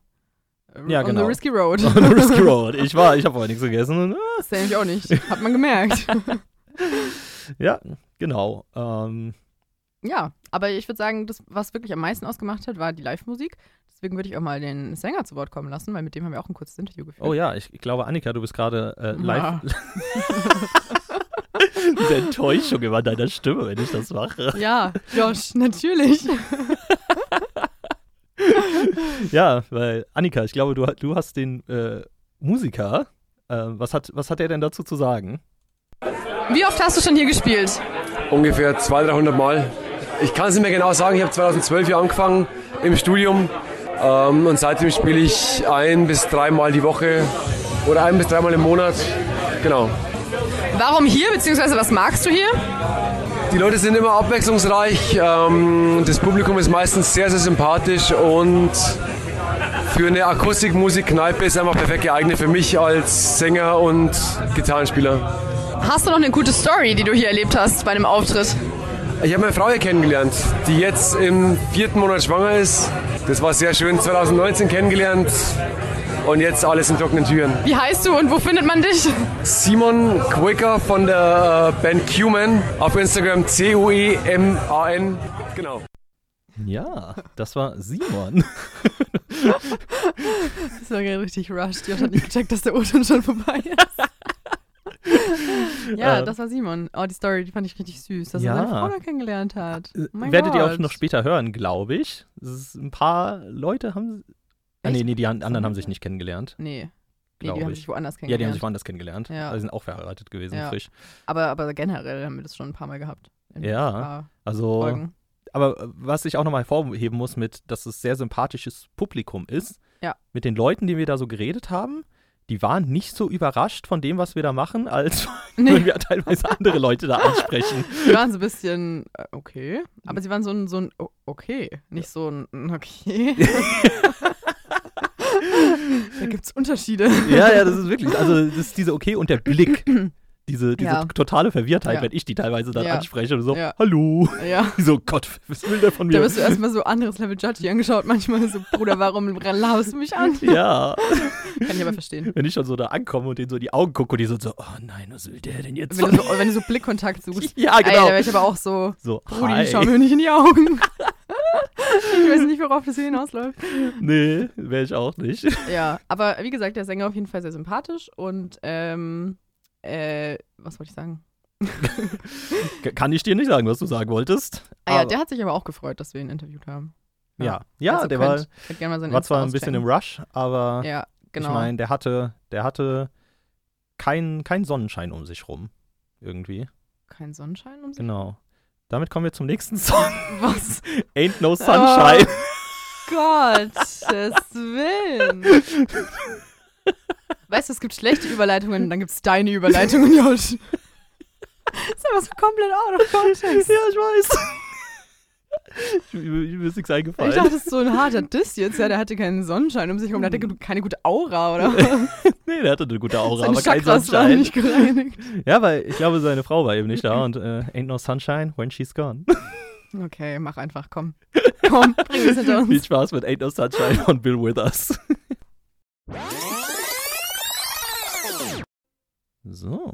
S1: äh,
S4: Ja,
S1: on
S4: genau.
S1: the risky road.
S4: on the Risky Road. Ich war, ich habe vorher nichts gegessen.
S1: Das nämlich auch nicht. Hat man gemerkt.
S4: Ja, genau. Ähm,
S1: ja, aber ich würde sagen, das, was wirklich am meisten ausgemacht hat, war die Live-Musik. Deswegen würde ich auch mal den Sänger zu Wort kommen lassen, weil mit dem haben wir auch ein kurzes Interview geführt.
S4: oh ja, ich glaube, Annika, du bist gerade äh, live. Diese Enttäuschung über deiner Stimme, wenn ich das mache.
S1: Ja, Josh, natürlich.
S4: Ja, weil Annika, ich glaube, du, du hast den äh, Musiker. Äh, was, hat, was hat er denn dazu zu sagen?
S1: Wie oft hast du schon hier gespielt?
S5: ungefähr 200, 300 Mal. Ich kann es nicht mehr genau sagen, ich habe 2012 hier angefangen im Studium ähm, und seitdem spiele ich ein bis dreimal die Woche oder ein bis dreimal im Monat. Genau.
S1: Warum hier, beziehungsweise was magst du hier?
S5: Die Leute sind immer abwechslungsreich, ähm, das Publikum ist meistens sehr, sehr sympathisch und für eine Akustikmusik-Kneipe ist einfach perfekt geeignet für mich als Sänger und Gitarrenspieler.
S1: Hast du noch eine gute Story, die du hier erlebt hast bei einem Auftritt?
S5: Ich habe meine Frau hier kennengelernt, die jetzt im vierten Monat schwanger ist. Das war sehr schön, 2019 kennengelernt und jetzt alles in trockenen Türen.
S1: Wie heißt du und wo findet man dich?
S5: Simon Quicker von der äh, Band Q-Man auf Instagram E C-U-E-M-A-N. Genau.
S4: Ja, das war Simon.
S1: Das war gerade richtig rushed. Josh hat nicht gecheckt, dass der O-Ton schon vorbei ist. ja,
S4: Ähm.
S1: das war Simon. Oh, die Story, die fand ich richtig süß, dass
S4: Ja. Äh,
S1: er seine Frau da kennengelernt hat. Oh mein
S4: Werdet ihr auch
S1: Gott.
S4: noch später hören, glaube ich. Es ist, ein paar Leute haben. Ah, nee,
S1: Echt?
S4: nee, die an- anderen haben sich nicht kennengelernt.
S1: Nee. Nee,
S4: Glaub
S1: die haben
S4: ich.
S1: sich woanders
S4: Ja, die haben
S1: kennengelernt.
S4: sich woanders kennengelernt.
S1: Ja.
S4: Also die sind auch verheiratet gewesen,
S1: Ja.
S4: frisch.
S1: aber, aber generell haben wir das schon ein paar Mal gehabt. In
S4: Ja.
S1: ein paar
S4: Also,
S1: Folgen.
S4: aber äh, was ich auch nochmal hervorheben muss, mit, dass es sehr sympathisches Publikum ist.
S1: Ja.
S4: Mit den Leuten, die wir da so geredet haben, die waren nicht so überrascht von dem, was wir da machen, als wenn
S1: Nee,
S4: wir teilweise andere Leute da ansprechen.
S1: die waren so ein bisschen äh, okay. Aber sie waren so ein, so ein o- okay. Nicht so ein mm, okay. da gibt es Unterschiede.
S4: Ja, ja, das ist wirklich. Also, das ist diese Okay und der Blick. Diese, diese
S1: Ja.
S4: totale Verwirrtheit,
S1: Ja.
S4: wenn ich die teilweise dann
S1: Ja.
S4: anspreche und so,
S1: Ja.
S4: hallo.
S1: Ja.
S4: So, Gott, was will der von
S1: Da
S4: mir?
S1: wirst du erstmal so anderes Level Judgy angeschaut. Manchmal so, Bruder, warum laberst du mich an?
S4: Ja,
S1: Kann ich aber verstehen.
S4: wenn ich schon so da ankomme und denen so in die Augen gucke und die sind so, oh nein, was will der denn jetzt
S1: Wenn
S4: von
S1: du so, wenn du so Blickkontakt
S4: mir?
S1: suchst.
S4: Ja,
S1: Ey, da
S4: genau.
S1: wäre ich aber auch so,
S4: so,
S1: Brudi,
S4: hi.
S1: schau mir nicht in die Augen. Ich weiß nicht, worauf das hier hinausläuft.
S4: Nee, wäre ich auch nicht.
S1: Ja, aber wie gesagt, der Sänger auf jeden Fall sehr sympathisch und ähm, äh, was wollte ich sagen?
S4: K- Kann ich dir nicht sagen, was du sagen wolltest.
S1: Ah ja,
S4: aber-
S1: der hat sich aber auch gefreut, dass wir ihn interviewt haben.
S4: ja, ja
S1: Also
S4: der
S1: könnt,
S4: war,
S1: könnt gerne mal seinen
S4: war zwar ein
S1: Insta
S4: bisschen im
S1: auschecken.
S4: Rush, aber
S1: Ja, genau.
S4: ich meine, der hatte, der hatte keinen kein Sonnenschein um sich rum. Irgendwie.
S1: Kein Sonnenschein um sich.
S4: Genau. Damit kommen wir zum nächsten Song.
S1: Was?
S4: Ain't no sunshine.
S1: Oh. Gottes Willen. Weißt du, es gibt schlechte Überleitungen und dann gibt es deine Überleitungen, Josh. Das ist aber so komplett out of context.
S4: ja, ich weiß. ich, mir ist nichts eingefallen.
S1: Ich dachte, das ist so ein harter Diss jetzt. Ja, der hatte keinen Sonnenschein um sich rum, der hatte keine gute Aura oder
S4: nee, der hatte eine gute Aura,
S1: seine
S4: aber kein
S1: Chakras waren
S4: Sunshine.
S1: nicht gereinigt.
S4: Ja, weil ich glaube, seine Frau war eben nicht da und äh, ain't no sunshine when she's gone.
S1: Okay, mach einfach, komm. Komm, bring das hinter uns.
S4: Viel Spaß mit Ain't No Sunshine von Bill Withers. So,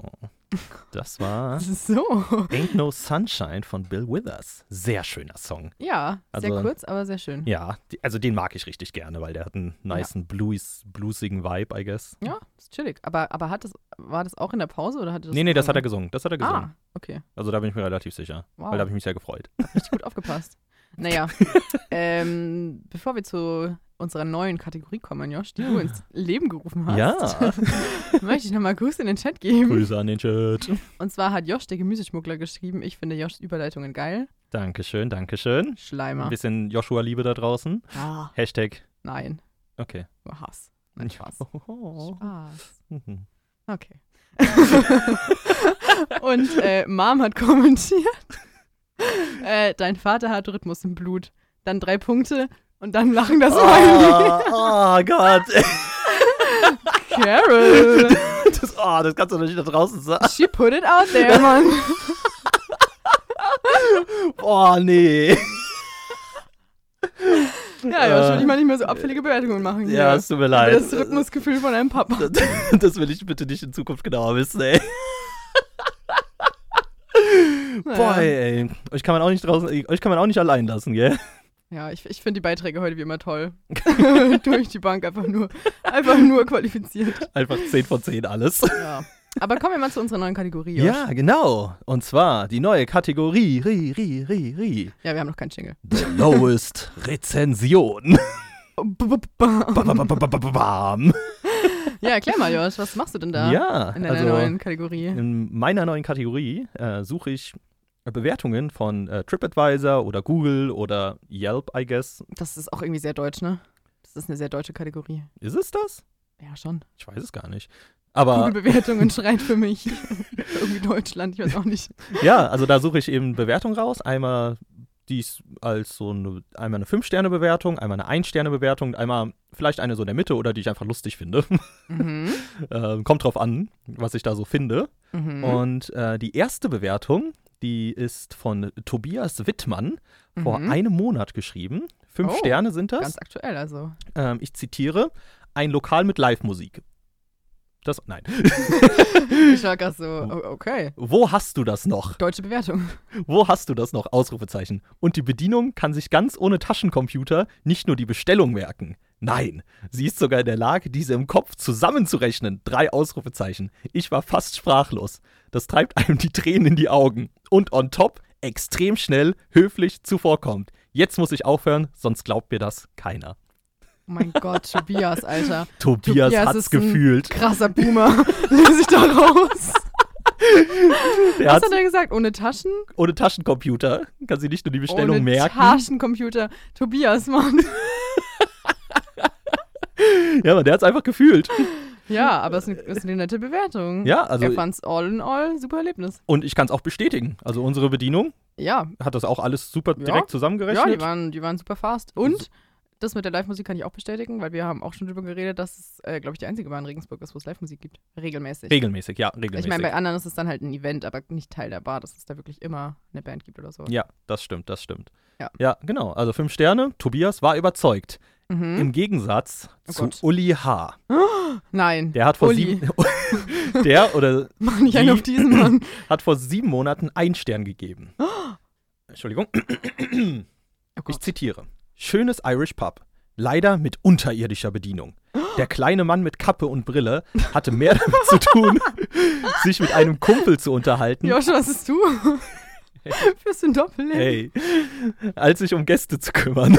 S4: das war
S1: So.
S4: Ain't No Sunshine von Bill Withers. Sehr schöner Song.
S1: Ja, sehr
S4: Also-
S1: kurz, aber sehr schön.
S4: Ja, die, also den mag ich richtig gerne, weil der hat einen niceen blues, bluesigen Vibe, I guess.
S1: Ja, ist chillig. Aber, aber hat das, war das auch in der Pause oder hat das
S4: Nee, nee, das hat er gesungen. Das hat er gesungen.
S1: Ah, okay.
S4: Also da bin ich mir relativ sicher.
S1: Wow.
S4: Weil da habe ich mich sehr gefreut.
S1: Richtig gut aufgepasst. Naja, ähm, bevor wir zu unserer neuen Kategorie kommen, Josh, die du ins Leben gerufen hast,
S4: Ja.
S1: möchte ich nochmal Grüße in den Chat geben.
S4: Grüße an den Chat.
S1: Und zwar hat Josh, der Gemüseschmuggler, geschrieben, ich finde Joshs Überleitungen geil.
S4: Dankeschön, Dankeschön. Ein
S1: Schleimer.
S4: bisschen Joshua-Liebe da draußen.
S1: Ah,
S4: Hashtag,
S1: nein,
S4: okay.
S1: nur Hass. Nein, Spaß. Spaß.
S4: Mhm.
S1: Okay. Und äh, Mom hat kommentiert, äh, dein Vater hat Rhythmus im Blut. Dann drei Punkte und dann lachen das Smiley.
S4: Oh, oh Gott.
S1: Carol.
S4: Das, oh, das kannst du doch nicht da draußen sagen.
S1: She put it out there, Mann.
S4: Oh, nee.
S1: Ja, ja, schon
S4: Äh,
S1: ich mal nicht mehr so abfällige Bewertungen machen. hier.
S4: Ja, es halt- tut mir
S1: Aber
S4: leid.
S1: das Rhythmusgefühl von einem Papa.
S4: Das, das will ich bitte nicht in Zukunft genauer wissen, ey. Boah, ey. Euch kann man auch nicht draußen, euch kann man auch nicht allein lassen, gell?
S1: Ja, ich, ich finde die Beiträge heute wie immer toll. Durch die Bank einfach nur, einfach nur qualifiziert.
S4: Einfach 10 von 10 alles.
S1: Ja. Aber kommen wir mal zu unserer neuen Kategorie. Josh.
S4: Ja, genau. Und zwar die neue Kategorie, ri, ri, ri, ri.
S1: ja, wir haben noch keinen Jingle.
S4: The lowest Rezension. Ba,
S1: Ja,
S4: ba, ba, ba, ba, ba, bam.
S1: erklär mal, Josh, was machst du denn da
S4: Ja,
S1: in deiner
S4: also
S1: neuen Kategorie?
S4: In meiner neuen Kategorie äh, suche ich Bewertungen von äh, TripAdvisor oder Google oder Yelp, I guess.
S1: Das ist auch irgendwie sehr deutsch, ne? Das ist eine sehr deutsche Kategorie.
S4: Ist es das?
S1: Ja, schon.
S4: Ich weiß es gar nicht. Aber
S1: Google-Bewertungen schreit für mich. irgendwie Deutschland, ich weiß auch nicht.
S4: ja, also da suche ich eben Bewertungen raus. Einmal dies als so eine, einmal eine 5-Sterne-Bewertung, einmal eine 1-Sterne-Bewertung, und einmal vielleicht eine so in der Mitte oder die ich einfach lustig finde.
S1: Mhm.
S4: äh, kommt drauf an, was ich da so finde.
S1: Mhm.
S4: Und äh, die erste Bewertung, die ist von Tobias Wittmann vor
S1: Mhm.
S4: einem Monat geschrieben. Fünf
S1: Oh,
S4: Sterne sind das.
S1: Ganz aktuell, also.
S4: Ähm, ich zitiere: Ein Lokal mit Live-Musik. Das, nein.
S1: Ich war gerade so,
S4: Oh.
S1: o- okay.
S4: Wo hast du das noch?
S1: Deutsche Bewertung.
S4: Wo hast du das noch? Ausrufezeichen. Und die Bedienung kann sich ganz ohne Taschencomputer nicht nur die Bestellung merken. Nein, sie ist sogar in der Lage, diese im Kopf zusammenzurechnen. Drei Ausrufezeichen. Ich war fast sprachlos. Das treibt einem die Tränen in die Augen. Und on top, extrem schnell, höflich zuvorkommt. Jetzt muss ich aufhören, sonst glaubt mir das keiner.
S1: Oh mein Gott, Tobias, Alter.
S4: Tobias,
S1: Tobias
S4: hat's
S1: ist ein
S4: gefühlt.
S1: Krasser Boomer. Lese ich da raus.
S4: Der
S1: Was
S4: hat's
S1: hat er gesagt? Ohne Taschen?
S4: ohne Taschencomputer. Kann sie nicht nur die Bestellung
S1: Ohne
S4: merken.
S1: Taschencomputer. Tobias, Mann.
S4: Ja, aber der hat's einfach gefühlt.
S1: Ja, aber es ist eine, ist eine nette Bewertung.
S4: Ja, also-
S1: Er fand's all in all super Erlebnis.
S4: Und ich kann es auch bestätigen. Also unsere Bedienung
S1: Ja.
S4: hat das auch alles super
S1: Ja.
S4: direkt
S1: Ja,
S4: zusammengerechnet.
S1: die waren, die waren super fast.
S4: Also
S1: Und das mit der Live-Musik kann ich auch bestätigen, weil wir haben auch schon drüber geredet, dass es, äh, glaube ich, die einzige Bahn in Regensburg ist, wo es Live-Musik gibt. Regelmäßig.
S4: regelmäßig, ja, regelmäßig.
S1: Ich meine, bei anderen ist es dann halt ein Event, aber nicht Teil der Bar, dass es da wirklich immer eine Band gibt oder so.
S4: ja, das stimmt, das stimmt.
S1: Ja.
S4: genau. Also fünf Sterne. Tobias war überzeugt.
S1: Mhm.
S4: Im Gegensatz
S1: Oh
S4: zu
S1: Gott.
S4: Uli H.
S1: Nein.
S4: Der hat vor
S1: Uli.
S4: sieben der oder
S1: Mach nicht einen
S4: die-
S1: auf diesen Mann.
S4: hat vor sieben Monaten einen Stern gegeben. Entschuldigung,
S1: Oh
S4: ich
S1: Gott.
S4: zitiere. Schönes Irish Pub. Leider mit unterirdischer Bedienung. Der kleine Mann mit Kappe und Brille hatte mehr damit zu tun, sich mit einem Kumpel zu unterhalten,
S1: Joshua, was ist du? Fürs ein Doppelleben.
S4: Hey, als sich um Gäste zu kümmern.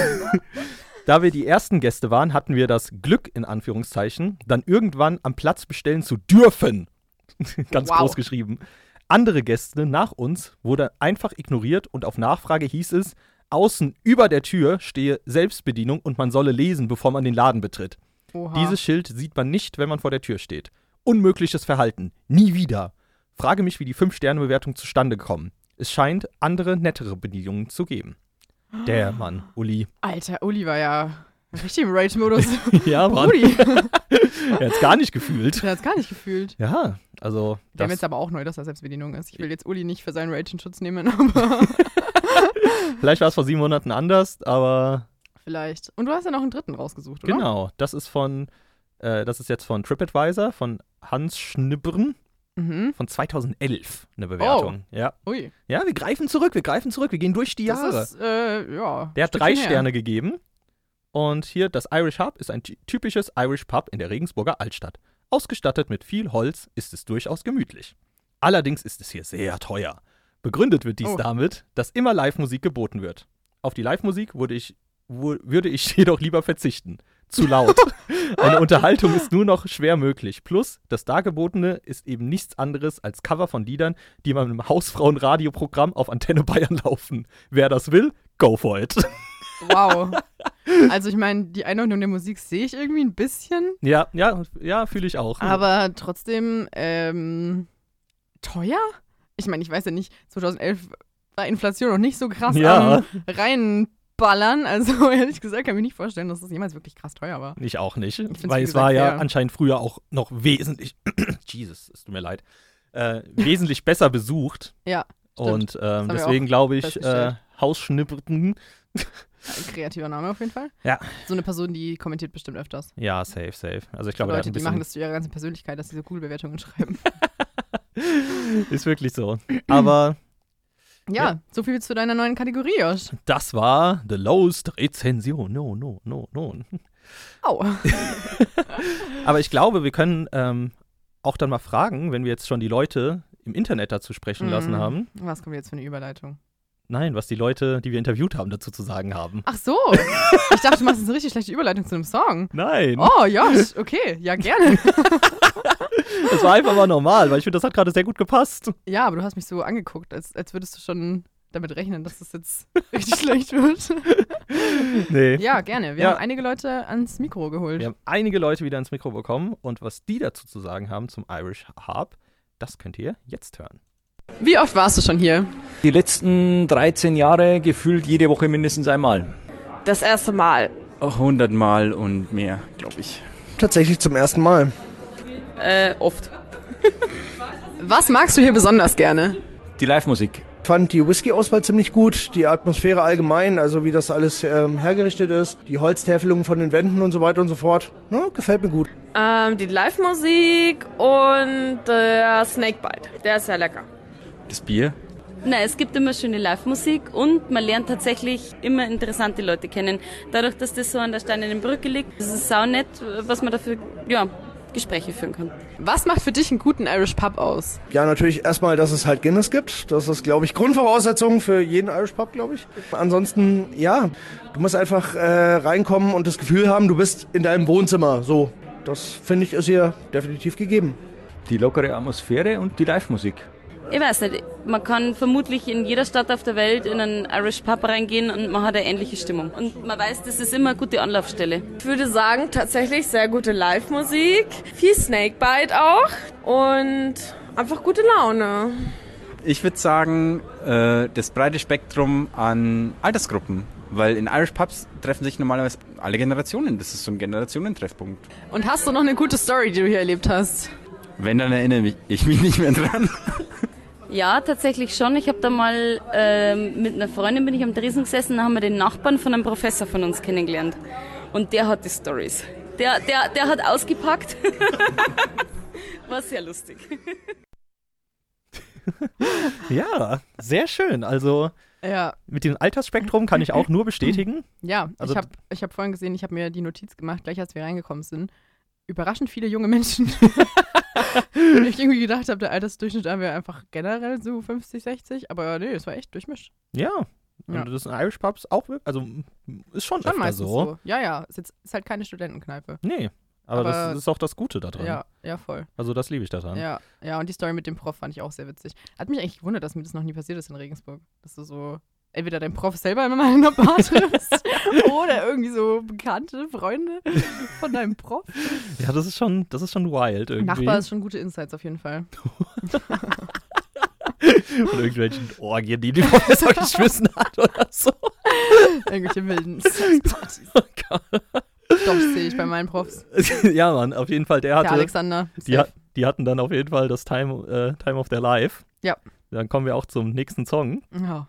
S4: Da wir die ersten Gäste waren, hatten wir das Glück, in Anführungszeichen, dann irgendwann am Platz bestellen zu dürfen. Ganz
S1: Wow.
S4: groß geschrieben. Andere Gäste nach uns wurde einfach ignoriert und auf Nachfrage hieß es, außen über der Tür stehe Selbstbedienung und man solle lesen, bevor man den Laden betritt.
S1: Oha.
S4: Dieses Schild sieht man nicht, wenn man vor der Tür steht. Unmögliches Verhalten. Nie wieder. Frage mich, wie die 5-Sterne-Bewertung zustande kommen. Es scheint andere, nettere Bedingungen zu geben. Der Mann, Uli.
S1: Alter, Uli war ja richtig im Rage-Modus.
S4: Ja,
S1: Uli, der
S4: Er hat's gar nicht gefühlt.
S1: hat es gar nicht gefühlt.
S4: Ja, also
S1: Der mir
S4: das,
S1: jetzt aber auch neu, dass er Selbstbedienung ist. Ich will jetzt Uli nicht für seinen Rage in Schutz nehmen, aber
S4: vielleicht war es vor sieben Monaten anders, aber
S1: vielleicht. Und du hast ja noch einen dritten rausgesucht, oder?
S4: genau, das ist von, äh, das ist jetzt von TripAdvisor, von Hans Schnippern
S1: Mhm.
S4: von 2011 eine Bewertung. Ja,
S1: Ui,
S4: ja, wir greifen zurück, wir greifen zurück, wir gehen durch die
S1: Oh. das
S4: Jahre.
S1: ist, äh, ja. ein
S4: Der hat drei
S1: Stückchen her.
S4: Sterne gegeben. Und hier, das Irish Pub ist ein ty- typisches Irish Pub in der Regensburger Altstadt. Ausgestattet mit viel Holz ist es durchaus gemütlich. Allerdings ist es hier sehr teuer. Begründet wird dies
S1: Oh.
S4: damit, dass immer Live-Musik geboten wird. Auf die Live-Musik würde ich, wu- würde ich jedoch lieber verzichten. Zu laut. Eine Unterhaltung ist nur noch schwer möglich. Plus, das Dargebotene ist eben nichts anderes als Cover von Liedern, die in meinem Hausfrauen-Radioprogramm auf Antenne Bayern laufen. Wer das will, go for it.
S1: Wow. Also ich meine, die Einordnung der Musik sehe ich irgendwie ein bisschen,
S4: Ja, ja, ja, fühle ich auch.
S1: aber trotzdem ähm, teuer? Ich meine, ich weiß ja nicht, 2011 war Inflation noch nicht so krass
S4: Ja.
S1: am reinballern. Also ehrlich gesagt kann ich mir nicht vorstellen, dass das jemals wirklich krass teuer war.
S4: ich auch nicht,
S1: find's,
S4: weil
S1: wie
S4: es war
S1: gesagt,
S4: ja
S1: fair.
S4: anscheinend früher auch noch wesentlich, Jesus, es tut mir leid, äh, wesentlich besser besucht
S1: Ja,
S4: und ähm,
S1: wir
S4: deswegen glaube ich, äh,
S1: festgestellt.
S4: Hausschnipperten,
S1: ein kreativer Name auf jeden Fall.
S4: Ja.
S1: So eine Person, die kommentiert bestimmt öfters.
S4: ja, safe, safe. Also ich
S1: So
S4: glaube, der hat
S1: Leute,
S4: ein
S1: die machen
S4: bisschen,
S1: das zu ihrer ganzen Persönlichkeit, dass sie so coole Bewertungen schreiben.
S4: ist wirklich so. Aber
S1: Ja, so viel zu deiner neuen Kategorie, Josh.
S4: das war The Lowest Rezension, no, no, no, no.
S1: Au.
S4: Aber ich glaube, wir können ähm, auch dann mal fragen, wenn wir jetzt schon die Leute im Internet dazu sprechen lassen
S1: Mm.
S4: haben,
S1: Was kommt jetzt für eine Überleitung?
S4: nein, was die Leute, die wir interviewt haben, dazu zu sagen haben.
S1: Ach so. Ich dachte, du machst jetzt eine richtig schlechte Überleitung zu einem Song.
S4: Nein,
S1: Oh, Josh, okay. Ja, gerne.
S4: das war einfach mal normal, weil ich finde, das hat gerade sehr gut gepasst.
S1: Ja, aber du hast mich so angeguckt, als, als würdest du schon damit rechnen, dass das jetzt richtig schlecht wird.
S4: Nee.
S1: Ja, gerne. Wir
S4: Ja.
S1: haben einige Leute ans Mikro geholt.
S4: Wir haben einige Leute wieder ins Mikro bekommen und was die dazu zu sagen haben zum Irish Harp, das könnt ihr jetzt hören.
S1: Wie oft warst du schon hier?
S6: Die letzten 13 Jahre gefühlt jede Woche mindestens einmal.
S7: Das erste Mal.
S6: Auch 100 Mal und mehr, glaube ich.
S8: Tatsächlich zum ersten Mal.
S7: Äh, oft.
S1: Was magst du hier besonders gerne?
S6: Die Live-Musik.
S8: Ich fand die Whisky-Auswahl ziemlich gut, die Atmosphäre allgemein, also wie das alles ähm, hergerichtet ist, die Holztäfelungen von den Wänden und so weiter und so fort. Ja, gefällt mir gut.
S7: Ähm, die Live-Musik und der Snakebite. Der ist sehr lecker.
S6: Das Bier.
S9: Na, es gibt immer schöne Live-Musik und man lernt tatsächlich immer interessante Leute kennen. Dadurch, dass das so an der steinernen Brücke liegt, ist es saunett, was man dafür, ja, Gespräche führen kann.
S1: Was macht für dich einen guten Irish Pub aus?
S8: Ja, natürlich erstmal, dass es halt Guinness gibt. Das ist, glaube ich, Grundvoraussetzung für jeden Irish Pub, glaube ich. Ansonsten, ja, du musst einfach äh, reinkommen und das Gefühl haben, du bist in deinem Wohnzimmer. So, das finde ich ist hier definitiv gegeben.
S6: Die lockere Atmosphäre und die Live-Musik.
S9: Ich weiß nicht, man kann vermutlich in jeder Stadt auf der Welt in einen Irish Pub reingehen und man hat eine ähnliche Stimmung. Und man weiß, das ist immer eine gute Anlaufstelle.
S7: Ich würde sagen, tatsächlich sehr gute Live-Musik. Viel Snakebite auch. Und einfach gute Laune.
S10: Ich würde sagen, äh, das breite Spektrum an Altersgruppen. Weil in Irish Pubs treffen sich normalerweise alle Generationen. Das ist so ein Generationentreffpunkt.
S1: Und hast du noch eine gute Story, die du hier erlebt hast?
S10: Wenn, dann erinnere mich, ich mich nicht mehr dran.
S9: Ja, tatsächlich schon. Ich habe da mal ähm, mit einer Freundin bin ich am Dresen gesessen, da haben wir den Nachbarn von einem Professor von uns kennengelernt. Und der hat die Stories. Der, der, der hat ausgepackt. War sehr lustig.
S4: ja, sehr schön. Also
S1: Ja,
S4: mit dem Altersspektrum kann ich auch nur bestätigen.
S1: ja.
S4: Also-
S1: ich habe ich hab vorhin gesehen, ich habe mir die Notiz gemacht, gleich als wir reingekommen sind. Überraschend viele junge Menschen. Und ich irgendwie gedacht habe, der Altersdurchschnitt haben wir einfach generell so 50, 60. Aber nee, es war echt durchmischt.
S4: Ja. Und
S1: Ja.
S4: das ist ein Irish Pubs auch wirklich, also m- ist schon,
S1: Schon
S4: öfter
S1: meistens
S4: so.
S1: so. Ja, ja. Ist, jetzt, ist halt keine Studentenkneipe.
S4: Nee, aber,
S1: Aber-
S4: das ist auch das Gute daran.
S1: Ja, ja, voll.
S4: Also das liebe ich daran.
S1: Ja, ja, und die Story mit dem Prof fand ich auch sehr witzig. Hat mich eigentlich gewundert, dass mir das noch nie passiert ist in Regensburg. Dass du so entweder dein Prof selber immer mal in der Bar triffst oder irgendwie so bekannte Freunde von deinem Prof.
S4: Ja, das ist schon, das ist schon wild irgendwie.
S1: Nachbar ist schon gute Insights auf jeden Fall.
S4: Von irgendwelchen Orgien, die die Professor geschmissen hat oder so.
S1: Irgendwelche wilden Sexpartys.
S4: Oh Gott.
S1: Doch, sehe ich bei meinen Profs.
S4: ja, Mann, auf jeden Fall, der
S1: Der
S4: hatte,
S1: Alexander.
S4: die, hat- die hatten dann auf jeden Fall das Time, äh, Time of Their Life.
S1: Ja.
S4: Dann kommen wir auch zum nächsten Song.
S1: Ja.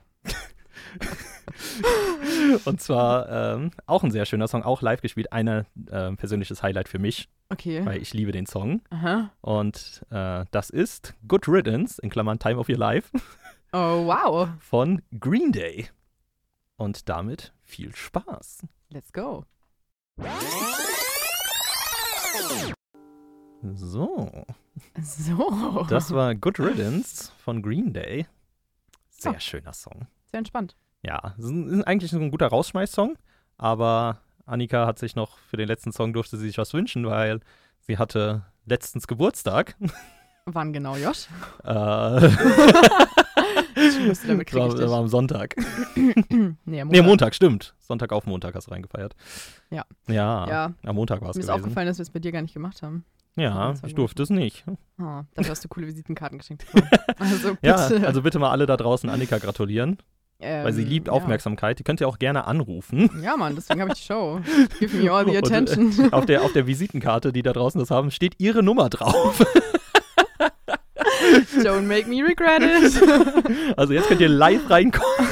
S4: Und zwar ähm, auch ein sehr schöner Song, auch live gespielt. Ein ähm, persönliches Highlight für mich,
S1: Okay.
S4: weil ich liebe den Song.
S1: Aha.
S4: Und äh, das ist Good Riddance, in Klammern Time of Your Life,
S1: Oh, wow.
S4: von Green Day. Und damit viel Spaß.
S1: Let's go.
S4: So,
S1: So.
S4: das war Good Riddance von Green Day. Sehr
S1: Ja.
S4: schöner Song.
S1: Sehr entspannt.
S4: Ja, es ist, ein- ist eigentlich so ein guter Rausschmeiß-Song, aber Annika hat sich noch für den letzten Song durfte sie sich was wünschen, weil sie hatte letztens Geburtstag.
S1: Wann genau, Josh?
S4: Äh,
S1: Ich wusste, damit krieg ich
S4: war,
S1: dich.
S4: war am Sonntag.
S1: Nee, am
S4: Nee, Montag, stimmt. Sonntag auf Montag hast du reingefeiert.
S1: Ja.
S4: Ja,
S1: Ja.
S4: am Montag war es
S1: Mir ist
S4: gewesen.
S1: aufgefallen, dass wir es bei dir gar nicht gemacht haben.
S4: Ja,
S1: Das war
S4: ich durfte es nicht.
S1: Oh, dafür hast du coole Visitenkarten geschenkt. bekommen. Also bitte.
S4: Ja, also bitte mal alle da draußen Annika gratulieren, weil sie
S1: Ähm,
S4: liebt
S1: ja.
S4: Aufmerksamkeit. Die könnt ihr auch gerne anrufen.
S1: Ja, Mann, deswegen habe ich die Show. Give me all the
S4: Und, äh,
S1: attention.
S4: Auf der, auf der Visitenkarte, die da draußen das haben, steht ihre Nummer drauf.
S1: Don't make me regret it.
S4: Also jetzt könnt ihr live reinkommen.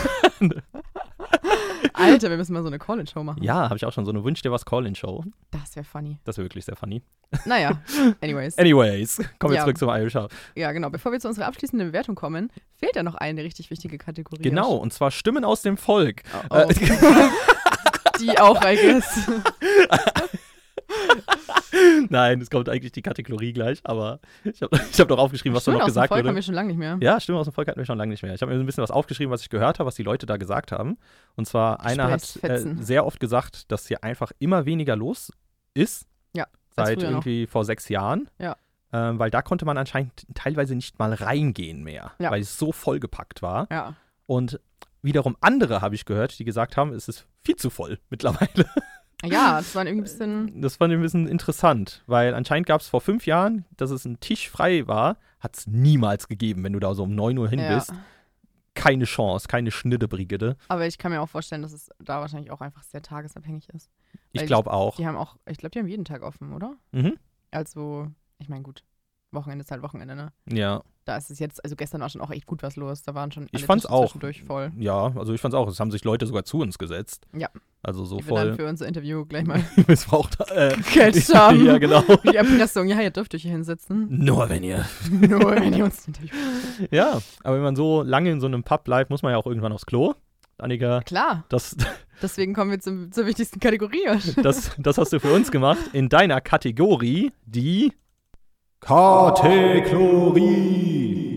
S1: Alter, wir müssen mal so eine Call-In-Show machen.
S4: Ja, habe ich auch schon so eine Wünsch dir was Call-In-Show.
S1: Das wäre funny.
S4: Das wäre wirklich sehr funny.
S1: Naja, anyways.
S4: Äh, Anyways, kommen wir
S1: Ja.
S4: zurück zum Irish House.
S1: Ja, genau. Bevor wir zu unserer abschließenden Bewertung kommen, fehlt ja noch eine richtig wichtige Kategorie.
S4: Genau, und zwar Stimmen aus dem Volk.
S1: Oh, oh.
S4: Äh,
S1: Die auch, I guess.
S4: Nein, es kommt eigentlich die Kategorie gleich, aber ich habe ich hab noch aufgeschrieben, was da
S1: Schön
S4: noch
S1: aus dem
S4: gesagt
S1: Volk haben wir
S4: wurde.
S1: schon lange nicht mehr.
S4: Ja, Stimmen aus dem Volk hatten wir schon lange nicht mehr. Ich habe mir so ein bisschen was aufgeschrieben, was ich gehört habe, was die Leute da gesagt haben. Und zwar, einer hat äh,
S1: Gesprächsfetzen.
S4: sehr oft gesagt, dass hier einfach immer weniger los ist.
S1: Ja, als
S4: Seit
S1: früher noch.
S4: irgendwie vor sechs Jahren.
S1: Ja.
S4: Ähm, weil da konnte man anscheinend teilweise nicht mal reingehen mehr,
S1: Ja.
S4: weil es so vollgepackt war.
S1: Ja.
S4: Und wiederum andere habe ich gehört, die gesagt haben, es ist viel zu voll mittlerweile.
S1: Ja, das war irgendwie ein bisschen.
S4: Das fand ich ein bisschen interessant, weil anscheinend gab es vor fünf Jahren, dass es ein Tisch frei war, hat es niemals gegeben, wenn du da so um 9 Uhr hin
S1: Ja.
S4: bist. Keine Chance, keine Schnittebrigide.
S1: Aber ich kann mir auch vorstellen, dass es da wahrscheinlich auch einfach sehr tagesabhängig ist. Weil
S4: Ich
S1: ich-
S4: glaube auch.
S1: Die haben auch, ich glaube, die haben jeden Tag offen, oder?
S4: Mhm.
S1: Also, ich meine, gut, Wochenende ist halt Wochenende, ne?
S4: Ja,
S1: Da ist es jetzt, also gestern war schon auch echt gut was los. Da waren schon alle
S4: Ich fand's
S1: Tische
S4: auch.
S1: zwischendurch voll.
S4: ja, also ich fand's auch. Es haben sich Leute sogar zu uns gesetzt.
S1: Ja.
S4: Also so
S1: die wir dann
S4: voll
S1: für unser Interview gleich mal
S4: missbraucht. Äh,
S1: gecatcht haben.
S4: ja, genau.
S1: Die Erpressung, ja, ihr dürft euch hier hinsetzen.
S4: Nur wenn ihr.
S1: Nur wenn ihr uns ein Interview.
S4: Ja, aber wenn man so lange in so einem Pub bleibt, muss man ja auch irgendwann aufs Klo. Annika,
S1: Klar,
S4: das,
S1: deswegen kommen wir zum, zur wichtigsten Kategorie. Josh.
S4: Das, das hast du für uns gemacht in deiner Kategorie, die Kategorie.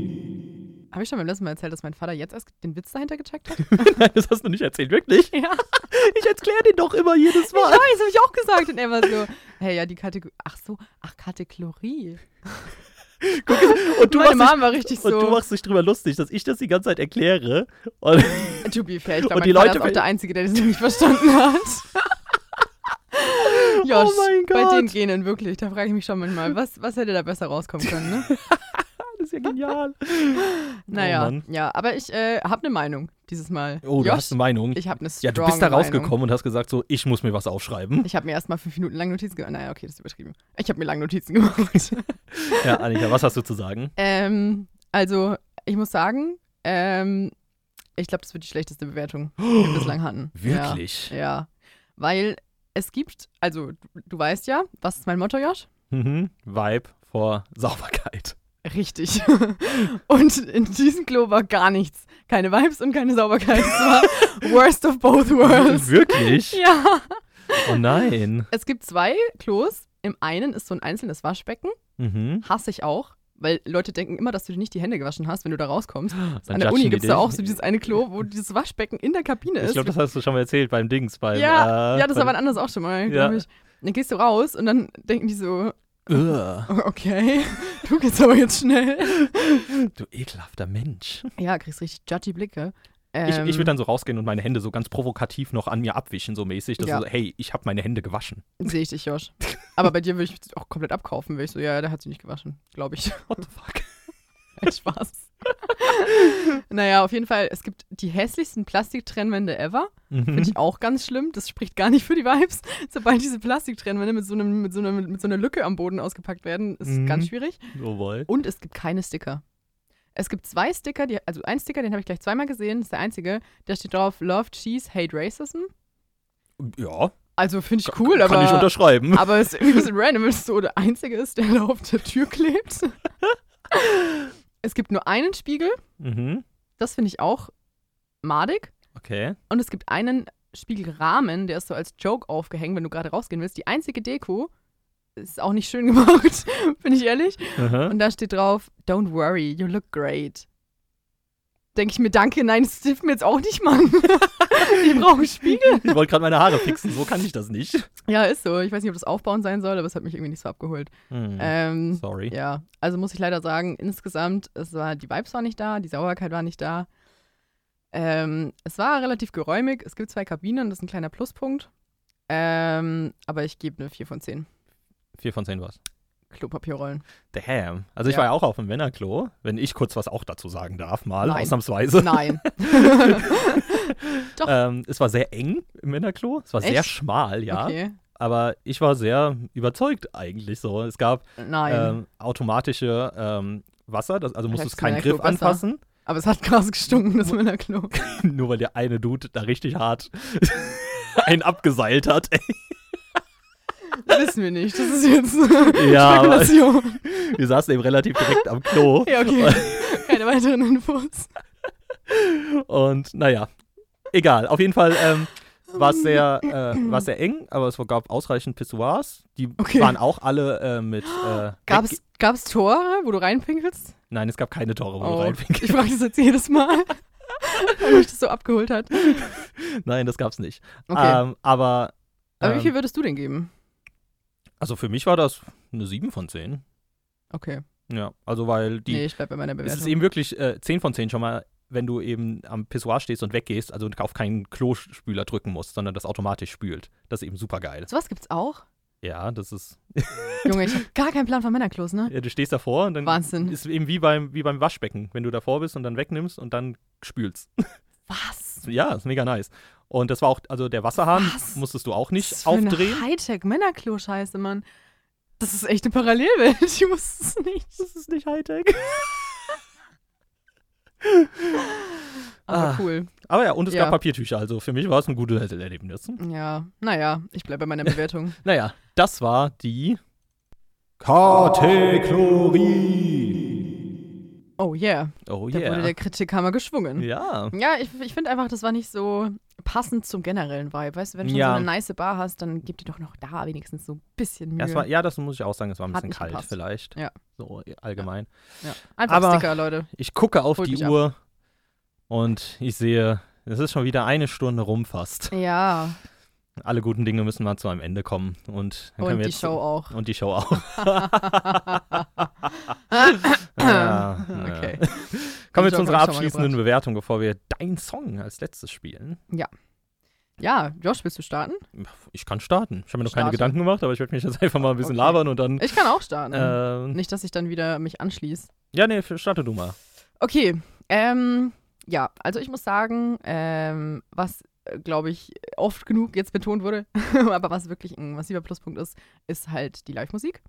S1: Habe ich schon beim letzten Mal erzählt, dass mein Vater jetzt erst den Witz dahinter gecheckt hat?
S4: Nein, das hast du nicht erzählt, wirklich?
S1: Ja.
S4: Ich erkläre den doch immer jedes
S1: Ich weiß,
S4: Mal.
S1: habe ich auch gesagt. Und er war so, hey, ja, die Kategorie. Ach so, ach, Kategorie.
S4: Und du,
S1: Meine
S4: machst
S1: Mama war richtig
S4: dich,
S1: so.
S4: und du machst dich drüber lustig, dass ich das die ganze Zeit erkläre. Und
S1: To be fair, ich glaube,
S4: Und
S1: mein
S4: die
S1: Vater
S4: Leute-
S1: ist auch der Einzige, der das nicht verstanden hat. Josh,
S4: Oh mein Gott.
S1: bei den Genen wirklich, da frage ich mich schon manchmal, was, was hätte da besser rauskommen können,
S4: Oh
S1: ne?
S4: das ist ja genial.
S1: Naja,
S4: Mann.
S1: ja, aber ich äh, habe eine Meinung dieses Mal.
S4: Oh, du
S1: Josh,
S4: hast eine Meinung.
S1: ich habe eine
S4: Ja, du bist da
S1: stronge Meinung.
S4: rausgekommen und hast gesagt so, ich muss mir was aufschreiben.
S1: Ich habe mir erstmal fünf Minuten lang Notizen gemacht. Naja, okay, das ist übertrieben. Ich habe mir lang Notizen gemacht.
S4: Ja, Annika, was hast du zu sagen?
S1: ähm, also, ich muss sagen, ähm, ich glaube, das wird die schlechteste Bewertung, die wir bislang hatten. Ja.
S4: Wirklich?
S1: Ja, weil es gibt, also du, du weißt ja, was ist mein Motto, Josh?
S4: Mhm. Vibe vor Sauberkeit.
S1: Richtig. Und in diesem Klo war gar nichts. Keine Vibes und keine Sauberkeit. Es war worst of both worlds.
S4: Wirklich?
S1: Ja.
S4: Oh nein.
S1: Es gibt zwei Klos. Im einen ist so ein einzelnes Waschbecken.
S4: Mhm.
S1: Hasse ich auch. Weil Leute denken immer, dass du dir nicht die Hände gewaschen hast, wenn du da rauskommst. An der
S4: judgen
S1: Uni
S4: die
S1: gibt es da
S4: dich.
S1: auch so dieses eine Klo, wo dieses Waschbecken in der Kabine ist.
S4: Ich glaube, das hast du schon mal erzählt beim Dings. Beim,
S1: ja,
S4: äh,
S1: ja, das war
S4: beim-
S1: ein anderes auch schon mal,
S4: Ja.
S1: glaube ich. Dann gehst du raus und dann denken die so, "Oh,
S4: Ugh,
S1: okay, du gehst aber jetzt schnell.
S4: du ekelhafter Mensch.
S1: Ja, kriegst richtig judgy Blicke.
S4: Ich,
S1: Ähm,
S4: ich würde dann so rausgehen und meine Hände so ganz provokativ noch an mir abwischen, so mäßig. Dass
S1: Ja.
S4: du so, hey, ich habe meine Hände gewaschen.
S1: Sehe Ähm, ich dich, Josh. Aber bei dir würde ich auch komplett abkaufen, weil ich so, ja, der hat sie nicht gewaschen, glaube ich.
S4: What the fuck?
S1: Kein Spaß. naja, auf jeden Fall, es gibt die hässlichsten Plastiktrennwände ever.
S4: Mhm.
S1: Finde ich auch ganz schlimm. Das spricht gar nicht für die Vibes. Sobald diese Plastiktrennwände mit so, einem, mit, so einer, mit so einer Lücke am Boden ausgepackt werden, ist
S4: Mhm.
S1: ganz schwierig.
S4: Oh boy.
S1: Und es gibt keine Sticker. Es gibt zwei Sticker, die, also ein Sticker, den habe ich gleich zweimal gesehen, ist der einzige. Da steht drauf Love, Cheese, Hate Racism.
S4: Ja,
S1: Also finde ich cool, aber.
S4: kann ich unterschreiben.
S1: Aber es ist irgendwie ein bisschen random, wenn es so der einzige ist, der da auf der Tür klebt. es gibt nur einen Spiegel,
S4: Mhm.
S1: das finde ich auch madig.
S4: Okay.
S1: Und es gibt einen Spiegelrahmen, der ist so als Joke aufgehängt, wenn du gerade rausgehen willst. Die einzige Deko ist auch nicht schön gemacht, bin ich ehrlich.
S4: Aha.
S1: Und da steht drauf, don't worry, you look great. Denke ich mir, danke, nein, das hilft mir jetzt auch nicht, Mann. ich brauche einen Spiegel.
S4: Ich wollte gerade meine Haare fixen, so kann ich das nicht.
S1: Ja, ist so. Ich weiß nicht, ob das aufbauen sein soll, aber es hat mich irgendwie nicht so abgeholt.
S4: Hm,
S1: Ähm,
S4: Sorry.
S1: Ja, also muss ich leider sagen, insgesamt, es war, die Vibes waren nicht da, die Sauberkeit war nicht da. Ähm, es war relativ geräumig, es gibt zwei Kabinen, das ist ein kleiner Pluspunkt. Ähm, aber ich gebe eine 4 von 10.
S4: Vier von zehn war's.
S1: Klopapierrollen.
S4: Damn. Also ich
S1: Ja.
S4: war ja auch auf dem Männerklo, wenn ich kurz was auch dazu sagen darf, mal
S1: Nein.
S4: ausnahmsweise.
S1: Nein. Doch.
S4: Ähm, es war sehr eng im Männerklo. Es war sehr
S1: Echt?
S4: schmal, ja.
S1: Okay.
S4: Aber ich war sehr überzeugt eigentlich so. Es gab
S1: Nein.
S4: ähm, automatische ähm, Wasser, das, also musstest
S1: Vielleicht
S4: keinen
S1: ist
S4: Griff
S1: Männerklo besser.
S4: anfassen,
S1: aber es hat krass gestunken, das Männerklo.
S4: nur weil der eine Dude da richtig hart einen abgeseilt hat.
S1: Wissen wir nicht. Das ist jetzt
S4: Ja, aber-
S1: Spekulation.
S4: Wir saßen eben relativ direkt am Klo.
S1: Ja, okay. Keine weiteren Infos.
S4: Und naja, egal. Auf jeden Fall ähm, war es sehr, äh, war es sehr eng, aber es gab ausreichend Pissoirs. Die
S1: Okay.
S4: waren auch alle äh, mit. Äh,
S1: Gab
S4: wegge-
S1: es, gab es Tore, wo du reinpinkelst?
S4: Nein, es gab keine Tore, wo du
S1: Oh,
S4: reinpinkelst.
S1: ich frage das jetzt jedes Mal, weil mich das so abgeholt hat. Okay.
S4: Nein, das gab's nicht. Ähm, aber.
S1: Aber wie
S4: ähm,
S1: viel würdest du denn geben?
S4: also für mich war das eine 7 von 10.
S1: Okay.
S4: Ja, also weil die.
S1: nee, ich bleib bei meiner
S4: es
S1: Bewertung.
S4: ist eben wirklich äh, 10 von 10 schon mal, wenn du eben am Pissoir stehst und weggehst, also auf keinen Klospüler drücken musst, sondern das automatisch spült. Das ist eben super geil.
S1: Sowas gibt's auch?
S4: Ja, das ist.
S1: Junge, ich hab gar keinen Plan von Männerklos, ne?
S4: Ja, du stehst davor und dann
S1: Wahnsinn.
S4: ist eben wie beim, wie beim Waschbecken, wenn du davor bist und dann wegnimmst und dann spülst.
S1: Was?
S4: Ja, ist mega nice. Und das war auch, also der Wasserhahn
S1: Was?
S4: musstest du auch nicht
S1: das ist für
S4: aufdrehen.
S1: eine Hightech-Männerklo-Scheiße, Mann. Das ist echt eine Parallelwelt. Ich wusste es nicht.
S4: Das ist nicht Hightech.
S1: Aber
S4: Ah.
S1: cool.
S4: Aber ja, und es
S1: Ja.
S4: gab Papiertücher, also für mich war es ein gutes Erlebnis.
S1: Mhm. Ja, naja, ich bleib bei meiner Bewertung.
S4: Naja, das war die.
S1: Oh yeah,
S4: Oh
S1: da wurde
S4: yeah.
S1: der Kritikhammer geschwungen.
S4: Ja.
S1: Ja, ich, ich finde einfach, das war nicht so passend zum generellen Vibe. Weißt du, wenn du schon
S4: Ja.
S1: so eine nice Bar hast, dann gib dir doch noch da wenigstens so ein bisschen Mühe.
S4: Ja, es war, ja, das muss ich auch sagen, es war ein
S1: Hat
S4: bisschen
S1: nicht
S4: kalt
S1: gepasst.
S4: vielleicht.
S1: Ja.
S4: So allgemein.
S1: Ja. Einfach
S4: Aber-
S1: Sticker, Leute.
S4: Ich gucke auf
S1: Holt
S4: die
S1: mich ab.
S4: Uhr und ich sehe, es ist schon wieder eine Stunde rum fast.
S1: Ja,
S4: Alle guten Dinge müssen mal zu einem Ende kommen. Und, dann können
S1: und
S4: wir
S1: die
S4: jetzt,
S1: Show auch.
S4: Und die Show auch. Ja, ja.
S1: okay.
S4: Kommen wir
S1: Joke hab ich
S4: zu unserer
S1: schon mal
S4: abschließenden
S1: gebracht.
S4: Bewertung, bevor wir deinen Song als letztes spielen.
S1: Ja, Josh, willst du starten?
S4: Ich kann starten. Ich habe mir noch keine
S1: Starte.
S4: Gedanken gemacht, aber ich werde mich jetzt einfach mal ein bisschen
S1: Okay.
S4: labern und dann.
S1: Ich kann auch starten.
S4: ähm,
S1: Nicht, dass ich dann wieder mich anschließe.
S4: ja, nee, starte du mal.
S1: Okay, ähm, ja, also ich muss sagen, ähm, was, glaube ich, oft genug jetzt betont wurde, aber was wirklich ein massiver Pluspunkt ist, ist halt die Live-Musik.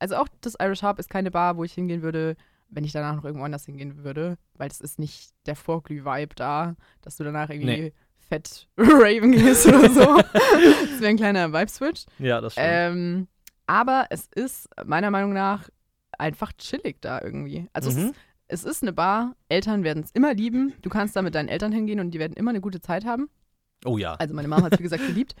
S1: Also auch das Irish Harp ist keine Bar, wo ich hingehen würde, wenn ich danach noch irgendwo anders hingehen würde, weil es ist nicht der Vorglüh-Vibe da, dass du danach irgendwie
S4: Nee.
S1: fett raven gehst oder so. das wäre ein kleiner Vibe-Switch.
S4: Ja, das stimmt.
S1: Ähm, aber es ist meiner Meinung nach einfach chillig da irgendwie. Also es,
S4: Mhm.
S1: ist, es ist eine Bar, Eltern werden es immer lieben. Du kannst da mit deinen Eltern hingehen und die werden immer eine gute Zeit haben.
S4: Oh ja.
S1: Also meine Mama hat es, wie gesagt, geliebt.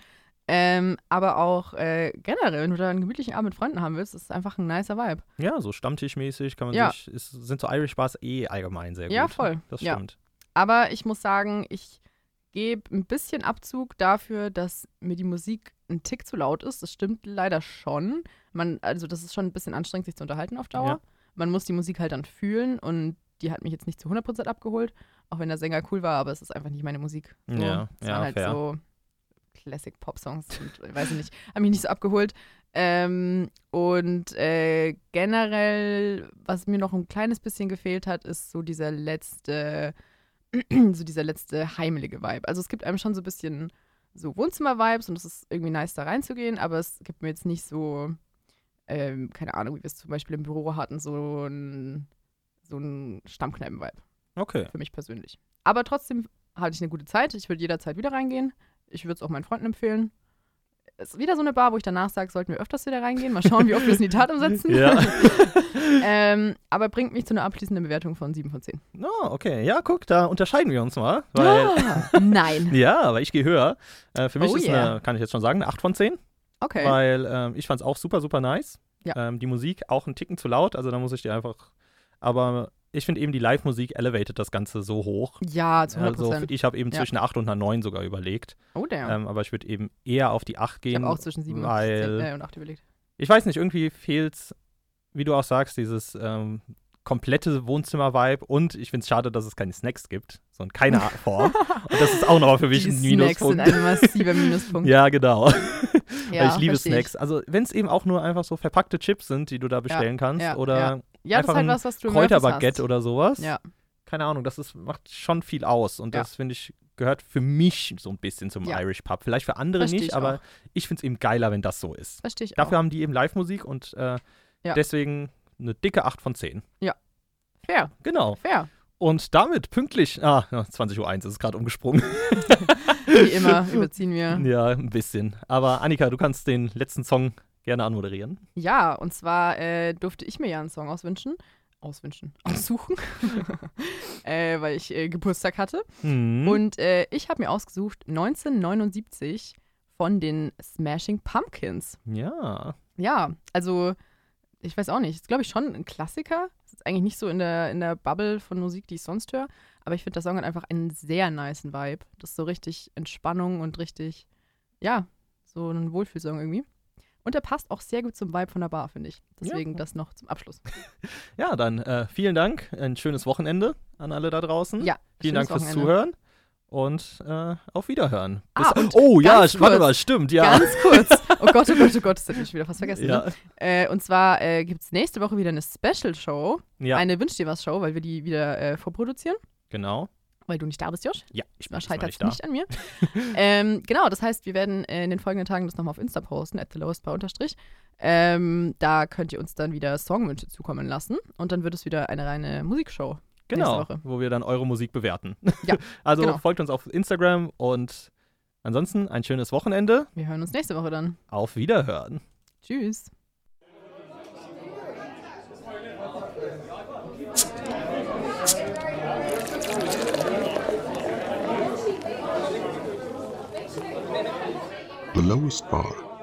S1: Ähm, aber auch äh, generell, wenn du da einen gemütlichen Abend mit Freunden haben willst, ist es einfach ein nicer Vibe.
S4: Ja, so stammtischmäßig kann man
S1: Ja.
S4: sich. Ist, sind so Irish Bars eh allgemein sehr gut.
S1: Ja, voll.
S4: Das
S1: Ja.
S4: stimmt.
S1: Aber ich muss sagen, ich gebe ein bisschen Abzug dafür, dass mir die Musik ein Tick zu laut ist. Das stimmt leider schon. Man, also das ist schon ein bisschen anstrengend, sich zu unterhalten auf Dauer.
S4: Ja.
S1: Man muss die Musik halt dann fühlen und die hat mich jetzt nicht zu 100% abgeholt, auch wenn der Sänger cool war, aber es ist einfach nicht meine Musik. So,
S4: Ja,
S1: es
S4: ja,
S1: waren halt
S4: fair.
S1: so Classic-Pop-Songs und äh, weiß ich nicht, haben mich nicht so abgeholt. Ähm, und äh, generell, was mir noch ein kleines bisschen gefehlt hat, ist so dieser letzte, so dieser letzte heimelige Vibe. Also es gibt einem schon so ein bisschen so Wohnzimmer-Vibes und es ist irgendwie nice, da reinzugehen, aber es gibt mir jetzt nicht so, ähm, keine Ahnung, wie wir es zum Beispiel im Büro hatten, so ein, so ein Stammkneipen-Vibe
S4: Okay.
S1: für mich persönlich. Aber trotzdem hatte ich eine gute Zeit. Ich würde jederzeit wieder reingehen. Ich würde es auch meinen Freunden empfehlen. Es ist wieder so eine Bar, wo ich danach sage, sollten wir öfters wieder reingehen. Mal schauen, wie oft wir es in die Tat umsetzen.
S4: Ja.
S1: ähm, aber bringt mich zu einer abschließenden Bewertung von 7 von 10.
S4: Oh, okay. Ja, guck, da unterscheiden wir uns mal. Weil,
S1: Nein.
S4: Ja, aber ich gehe höher. Äh, für mich
S1: Oh
S4: ist
S1: yeah.
S4: eine, kann ich jetzt schon sagen, eine 8 von 10.
S1: Okay.
S4: Weil ähm, ich fand es auch super, super nice.
S1: Ja.
S4: Ähm, die Musik auch einen Ticken zu laut, also da muss ich dir einfach. Aber ich finde eben, die Live-Musik elevated das Ganze so hoch.
S1: Ja, zu 100
S4: Also ich habe eben
S1: Ja.
S4: zwischen einer 8 und einer 9 sogar überlegt.
S1: Oh, damn.
S4: Ähm, aber ich würde eben eher auf die 8
S1: ich
S4: gehen.
S1: habe auch zwischen 7
S4: weil,
S1: und, 10, äh, und 8 überlegt.
S4: ich weiß nicht, irgendwie fehlt's, wie du auch sagst, dieses ähm, komplette Wohnzimmer-Vibe und ich find's schade, dass es keine Snacks gibt, so in keiner Art Form. und das ist auch nochmal für mich
S1: Die
S4: ein
S1: Snacks sind
S4: Minuspunkt.
S1: ein massiver Minuspunkt.
S4: ja, genau. Weil
S1: Ja,
S4: ich liebe
S1: versteh ich.
S4: Snacks. Also, wenn es eben auch nur einfach so verpackte Chips sind, die du da bestellen kannst
S1: ja,
S4: oder
S1: ja. Ja, das
S4: einfach
S1: ist halt
S4: ein
S1: was, was du im Murphys
S4: Kräuterbaguette
S1: hast.
S4: oder sowas.
S1: Ja.
S4: Keine Ahnung, das ist, macht schon viel aus und
S1: Ja.
S4: das finde ich gehört für mich so ein bisschen zum
S1: Ja.
S4: Irish Pub. Vielleicht für andere
S1: Versteh
S4: nicht,
S1: ich
S4: aber
S1: auch.
S4: ich finde es eben geiler, wenn das so ist.
S1: Versteh ich auch.
S4: Dafür haben die eben Live-Musik und äh,
S1: Ja.
S4: deswegen eine dicke 8 von 10.
S1: Ja. Fair.
S4: Genau.
S1: Fair.
S4: Und damit pünktlich, ah, ja, 20.01 Uhr ist es gerade umgesprungen.
S1: Wie immer überziehen wir.
S4: Ja, ein bisschen. Aber Annika, du kannst den letzten Song gerne anmoderieren.
S1: Ja, und zwar äh, durfte ich mir ja einen Song auswünschen. Auswünschen. Aussuchen. äh, weil ich äh, Geburtstag hatte.
S4: Mhm.
S1: Und äh, ich habe mir ausgesucht 1979 von den Smashing Pumpkins.
S4: Ja.
S1: Ja, also ich weiß auch nicht. Ist, glaube ich, schon ein Klassiker. Ist jetzt eigentlich nicht so in der, in der Bubble von Musik, die ich sonst höre. Aber ich finde, der Song hat einfach einen sehr nicen Vibe. Das ist so richtig Entspannung und richtig, ja, so ein Wohlfühlsong irgendwie. Und der passt auch sehr gut zum Vibe von der Bar, finde ich. Deswegen das noch zum Abschluss.
S4: Mhm. Ja, dann äh, vielen Dank. Ein schönes Wochenende an alle da draußen.
S1: Ja,
S4: Vielen
S1: schönes
S4: Dank fürs
S1: Wochenende.
S4: Zuhören und äh, auf Wiederhören.
S1: Ah, und
S4: oh ja,
S1: ganz
S4: warte
S1: kurz,
S4: mal, stimmt, ja.
S1: Ganz kurz. Oh Gott, oh Gott, oh Gott, das hätte ich wieder fast vergessen.
S4: Ja.
S1: Ne? Äh, und zwar äh, gibt es nächste Woche wieder eine Special-Show.
S4: Ja.
S1: Eine Wünsch dir was Show, weil wir die wieder äh, vorproduzieren.
S4: Genau.
S1: Weil du nicht da bist, Josh.
S4: Ja, ich bin
S1: Man
S4: diesmal
S1: scheitert
S4: nicht da.
S1: nicht an mir. ähm, genau, das heißt, wir werden äh, in den folgenden Tagen das nochmal auf Insta posten, at the lowest unterstrich. Ähm, da könnt ihr uns dann wieder Songwünsche zukommen lassen und dann wird es wieder eine reine Musikshow.
S4: Genau,
S1: Nächste Woche.
S4: wo wir dann eure Musik bewerten.
S1: Ja,
S4: also
S1: genau.
S4: folgt uns auf Instagram und ansonsten ein schönes Wochenende.
S1: Wir hören uns nächste Woche dann.
S4: Auf Wiederhören.
S1: Tschüss.
S3: The lowest bar.